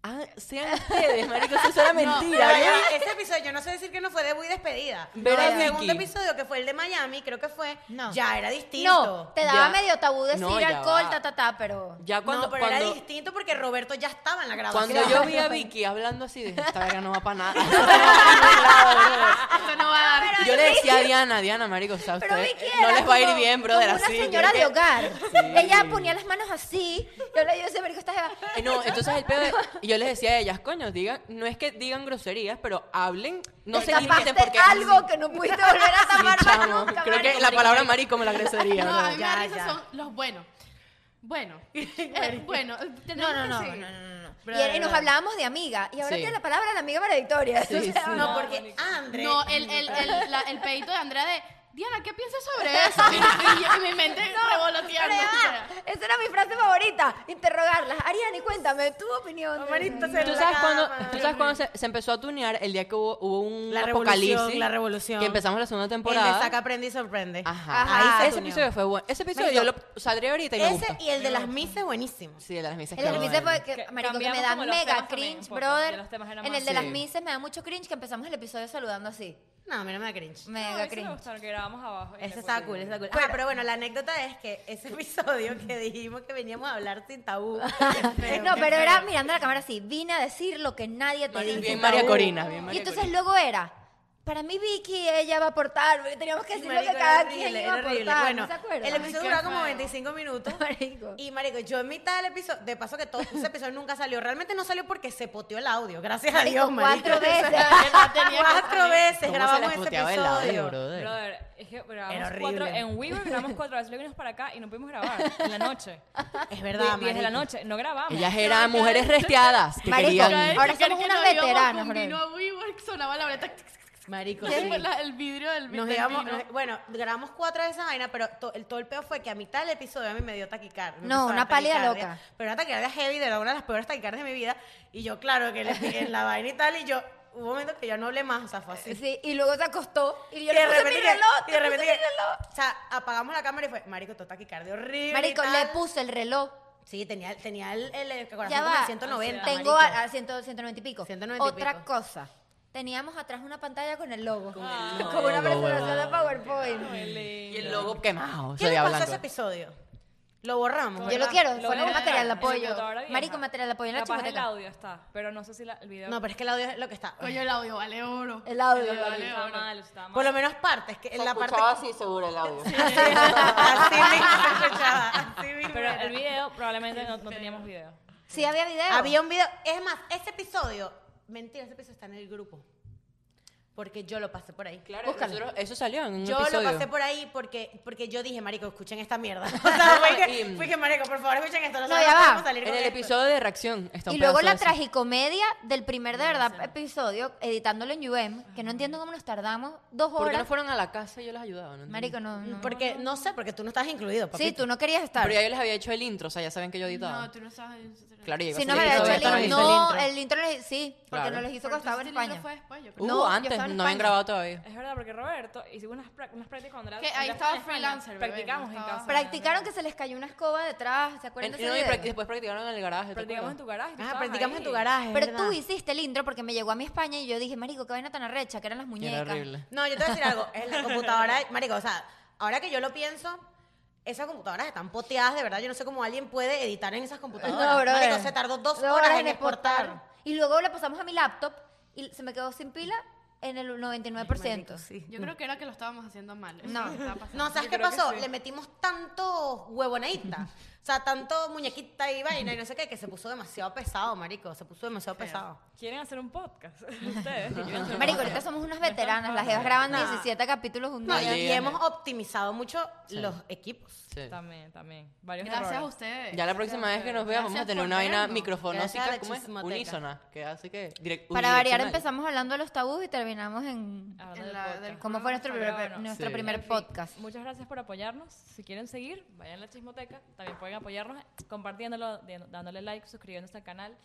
B: Ah, sean ustedes, marico, eso era Ah, mentira.
A: Pero
B: ¿no?
A: ya, ese episodio, yo no sé decir que no fue de muy despedida.
B: Ver
A: Pero
B: a
A: el segundo
B: Vicky.
A: episodio, que fue el de Miami, creo que fue,
D: No.
A: ya era
D: No,
A: distinto.
D: te daba
B: Ya.
D: medio tabú decir
B: No, ya
D: alcohol,
B: va.
D: ta, ta, ta, pero...
B: Ya cuando,
A: No, pero era
B: cuando,
A: distinto porque Roberto ya estaba en la grabación.
B: cuando yo vi a Vicky hablando así, dije, esta verga no va para nada. Esto no va pa' ningún lado, bro.
C: Esto no va a dar.
B: Yo le decía a Diana, Diana, marico, o sea,
D: Pero
B: usted
D: Vicky
B: no
D: era
B: les va a ir
D: como-
B: bien, brother,
D: como una
B: así. Yo
D: señora
B: que-
D: de hogar.
B: (laughs) Sí.
D: Ella ponía las manos así. Yo le decía, marico, esta jeva...
B: Eh, No, entonces el pedo es- y yo les decía a ellas, coño, digan, no es que digan groserías, pero hablen, no se
D: tapaste
B: limiten porque
D: algo que no pudiste volver a
B: Sí,
D: tapar más
B: chamo,
D: nunca,
B: creo que
D: marico.
B: la palabra marico me la grosería,
C: No, a mí me da
A: Ya,
C: risa
A: ya.
C: son los buenos. Bueno, eh, bueno, tenemos
D: No, no,
C: que
D: no, no,
C: seguir.
D: no, no.
A: Bro,
D: Y era- y
A: bro.
D: nos hablábamos de amiga. Y ahora
B: Sí.
D: tiene la palabra la amiga Victoria. (laughs)
B: Sí, sí.
A: No, porque André.
C: No, el, el, el, la- el pedito de Andrea de Diana, ¿qué piensas sobre eso? Y, y yo- y mi mente revoloteando.
D: Esa era mi frase favorita. Interrogarlas. Ariani, cuéntame tu opinión. de-
A: Marito, se
B: ¿Tú
A: la
B: sabes cuando,
A: cama.
B: ¿tú sabes cuando se, se empezó a tunear el día que hubo, hubo un
A: La
B: apocalipsis?
A: revolución, la revolución.
B: Que empezamos la segunda
A: El
B: temporada.
A: de saca, aprende y sorprende.
B: Ajá.
D: Ajá.
A: Ahí se
B: ese
A: tuneó.
B: episodio fue bueno. Ese episodio
A: Marico,
B: yo lo saldría ahorita y me
A: Ese
B: gusta.
A: y el de las mises, buenísimo.
B: Sí, de las misas.
D: El de las mises fue que,
E: Que
D: marico, que me
E: cambiamos
D: da
E: como los
D: mega
E: temas también un
D: cringe,
E: poco,
D: brother.
E: que los temas eran
D: en
E: más-
D: el de las
B: Sí.
D: mises me da mucho cringe que empezamos el episodio saludando así.
A: No, a mí no me da cringe.
E: No,
D: Mega
E: ese me
D: cringe.
E: gustaron, que grabamos abajo.
A: Ese
E: en el
A: estaba
E: podcast.
A: cool, ese estaba cool. Ah, pero bueno, la anécdota es que ese episodio que dijimos que veníamos a hablar sin
D: (laughs)
A: tabú.
D: Eh, no, pero era mirando la cámara así. Vine a decir lo que nadie te dice.
B: Bien María Corina, bien
D: Y
B: María
D: entonces
B: Corina.
D: luego era, para mí Vicky, ella va a aportar, porque teníamos que decir lo que
A: Marico,
D: cada
A: era
D: quien
A: horrible,
D: iba a
A: era horrible.
D: aportar,
A: Bueno,
D: ¿no se acuerdan?
A: el episodio
C: qué
A: duró como
C: feo.
A: 25 minutos.
D: (laughs) Marico.
A: Y marico, yo en mitad del episodio, de paso que todo ese episodio nunca salió, realmente no salió porque se poteó el audio, gracias a
D: Marico,
A: Dios, marico. (laughs)
D: cuatro veces.
A: Cuatro veces
B: ¿Cómo se
A: grabamos
B: les
A: ese
B: puteaba el audio,
A: episodio.
B: brother?
E: Brother, es que grabamos
A: Era
E: cuatro.
A: horrible.
E: En WeWork grabamos cuatro veces. Luego vinimos para acá y no pudimos grabar. En la noche.
A: Es (laughs)
E: Die-
A: verdad,
E: 10 de
A: marico.
E: la noche. No grabamos.
B: Ellas eran mujeres resteadas que
D: Marico,
B: querían...
D: ahora somos unas veteranas, bro.
C: Vino a WeWork, sonaba la breta.
A: Marico, sí.
C: El vidrio del
A: Nos eh,
C: del
A: íbamos-
C: vino.
A: nos- bueno, grabamos cuatro de esa vaina, pero to- el, todo el peo fue que a mitad del episodio a mí me dio taquicardia. me
D: No,
A: empezó a dar
D: una pálida
A: taquicardia,
D: loca.
A: Pero una taquicardia heavy, de verdad, una de las peores taquicardias de mi vida. Y yo, claro, que le- en la vaina y tal, y yo, hubo un momento que yo no hablé más, o sea, fue así.
D: Eh, Sí, y luego se acostó y yo
A: Y
D: le
A: de
D: puse
A: repente,
D: mi
A: que-
D: reloj,
A: y
D: te
A: de
D: puse
A: repente,
D: mi
A: que-
D: reloj.
A: o sea, apagamos la cámara y fue, marico, todo taquicardia horrible. y
D: Marico,
A: tal.
D: le puse el reloj.
A: Sí, tenía, tenía el, el, el corazón
D: Ya
A: como
D: va.
A: de 190.
D: Tengo
A: marico.
D: a, a 100 190 y pico.
A: 190 y
D: Otra
A: pico.
D: cosa. Teníamos atrás una pantalla con el logo. Con, (laughs)
B: logo,
D: una
B: huevón.
D: presentación de PowerPoint.
B: Y el logo quemado.
A: ¿Qué
B: se
A: le
B: veía
A: pasó a
B: blanco.
A: ese episodio? Lo borramos.
D: Yo lo
A: ¿verdad?
D: quiero,
E: Lo
D: fue
E: voy a
D: un material de
E: buscar, en mi
D: apoyo.
E: computadora vieja.
D: Marico, material de apoyo en la
E: Capaz el
D: chimoteca.
E: audio está, pero no sé si la- el video.
A: No, pero es que el audio es lo que está.
C: Coño, el audio vale oro.
D: El audio.
C: El audio
E: está
C: vale oro.
E: mal, está mal.
A: Por lo menos partes, que en la parte
B: así seguro el audio.
A: así mismo se escuchaba, así mismo
E: Pero
A: era.
E: el video probablemente no, no teníamos video.
D: Sí, había video.
A: Había un video, es más, ese episodio mentira, ese episodio está en el grupo. Porque yo lo pasé por ahí.
B: Claro,
A: Búscalo.
B: nosotros- eso salió en un
A: Yo
B: episodio.
A: lo pasé por ahí porque, porque yo dije, marico, escuchen esta mierda. O sea, fue que,
B: Y-
A: fue que, marico, por favor, escuchen esto. No,
D: No,
A: sabemos
D: ya
A: cómo
D: va.
A: vamos a salir
B: En
A: con
B: el
A: esto.
B: episodio de reacción está un
D: Y luego
B: pedazo
D: la
B: de eso.
D: tragicomedia del primer de verdad episodio, editándolo en UM, que no entiendo cómo nos tardamos dos
B: ¿Por qué no
D: horas.
B: fueron a la casa y yo les ayudaba? No entiendo.
D: Marico, no. no.
A: Porque, no sé, porque tú no estás incluido,
D: Sí,
A: papito.
D: tú no querías estar.
B: Pero ya yo les había hecho el intro, o sea, ya saben que yo editaba.
C: No, tú no sabes.
B: Claro, llegó
D: Si no
B: ese
D: me había hecho
B: episodio,
D: el
B: ya
D: intro.
A: no hizo
B: estaba
A: el
D: No,
A: intro.
D: el intro, les- sí, porque
B: Claro.
D: no les hizo
C: Pero
D: Costado en
C: entonces el libro
D: España.
C: fue después, yo creo.
B: Uh,
D: No, yo
B: antes, no
D: estaba en
B: habían
D: España.
B: grabado todavía.
E: Es verdad, porque Roberto hicimos unas, pra- unas prácticas cuando era.
C: Que ahí
E: cuando era
C: estaba
E: en España.
C: freelancer, bebé,
E: Practicamos
C: no
E: en
C: estaba-
E: casa.
D: Practicaron que se les cayó una escoba detrás, ¿se acuerdan
B: En-
D: de
B: no, y
D: ese
B: practi-
D: video?
B: después practicaron en el garaje. ¿te
E: Practicamos en tu
B: acuerdas?
E: garaje. tú
A: Ah,
E: estabas
A: practicamos
E: ahí.
A: en tu garaje.
D: Pero
A: ¿verdad?
D: tú hiciste el intro porque me llegó a mi España y yo dije, marico, qué vaina tan arrecha, que eran las
B: Y
D: muñecas.
B: Era horrible.
A: No, yo te voy a decir algo. En la computadora, marico, o sea, ahora que yo lo pienso, esas computadoras están poteadas, de verdad. Yo no sé cómo alguien puede editar en esas computadoras.
D: No, eh. brother.
A: marico, se tardó dos horas, en exportar.
D: Y luego le pasamos a mi laptop y se me quedó sin pila en el 99%.
C: Yo creo que era que lo estábamos haciendo mal. eso
D: No.
C: es lo que estaba pasando.
A: No, ¿sabes
E: Yo
A: qué
E: creo que
A: pasó?
E: sí.
A: Le metimos tanto huevonadita, o sea, tanto muñequita y vaina y no sé qué, que se puso demasiado pesado, marico. Se puso demasiado pesado.
E: ¿Quieren hacer un podcast? (laughs) Ustedes. si quieren hacer un
D: Marico,
E: podcast.
D: ahorita somos unas veteranas, las jevas graban
A: No.
D: 17 capítulos un
A: No, y,
D: día.
A: y
B: ya,
A: hemos
B: ya.
A: optimizado mucho los equipos.
B: Sí.
E: También, también. Varios
C: Gracias a
E: errores.
C: ustedes.
B: Ya la próxima vez que nos veamos vamos a
C: Gracias
B: tener
C: por
B: una vaina
C: vernos.
A: Gracias a
B: microfonósica,
A: la
B: ¿cómo es?
A: chismoteca.
B: Unísona, que hace que... direc-
D: Para variar
B: unidireccional.
D: empezamos hablando de los tabús y terminamos en
A: Ah,
E: Hablando
C: En
E: del
C: la-
E: podcast.
C: del-
D: cómo fue nuestro primer,
E: Pero bueno,
D: nuestro
B: sí.
D: primer
E: En fin,
D: podcast.
E: Muchas gracias por apoyarnos. Si quieren seguir, vayan a la chismoteca. También pueden apoyarnos eh, compartiéndolo, de- dándole like, suscribiéndose al canal.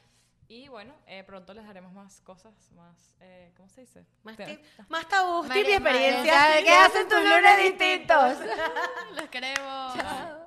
E: Y bueno, eh, pronto les daremos más cosas, más, eh, ¿cómo se dice?
A: Más,
E: Te-
A: tip, más tabú,
D: María
A: tip (laughs) y
D: Madre,
A: experiencia.
D: ¿sabe ¿Qué hacen tus lunes distintos?
C: (laughs) Los queremos.
D: Chao.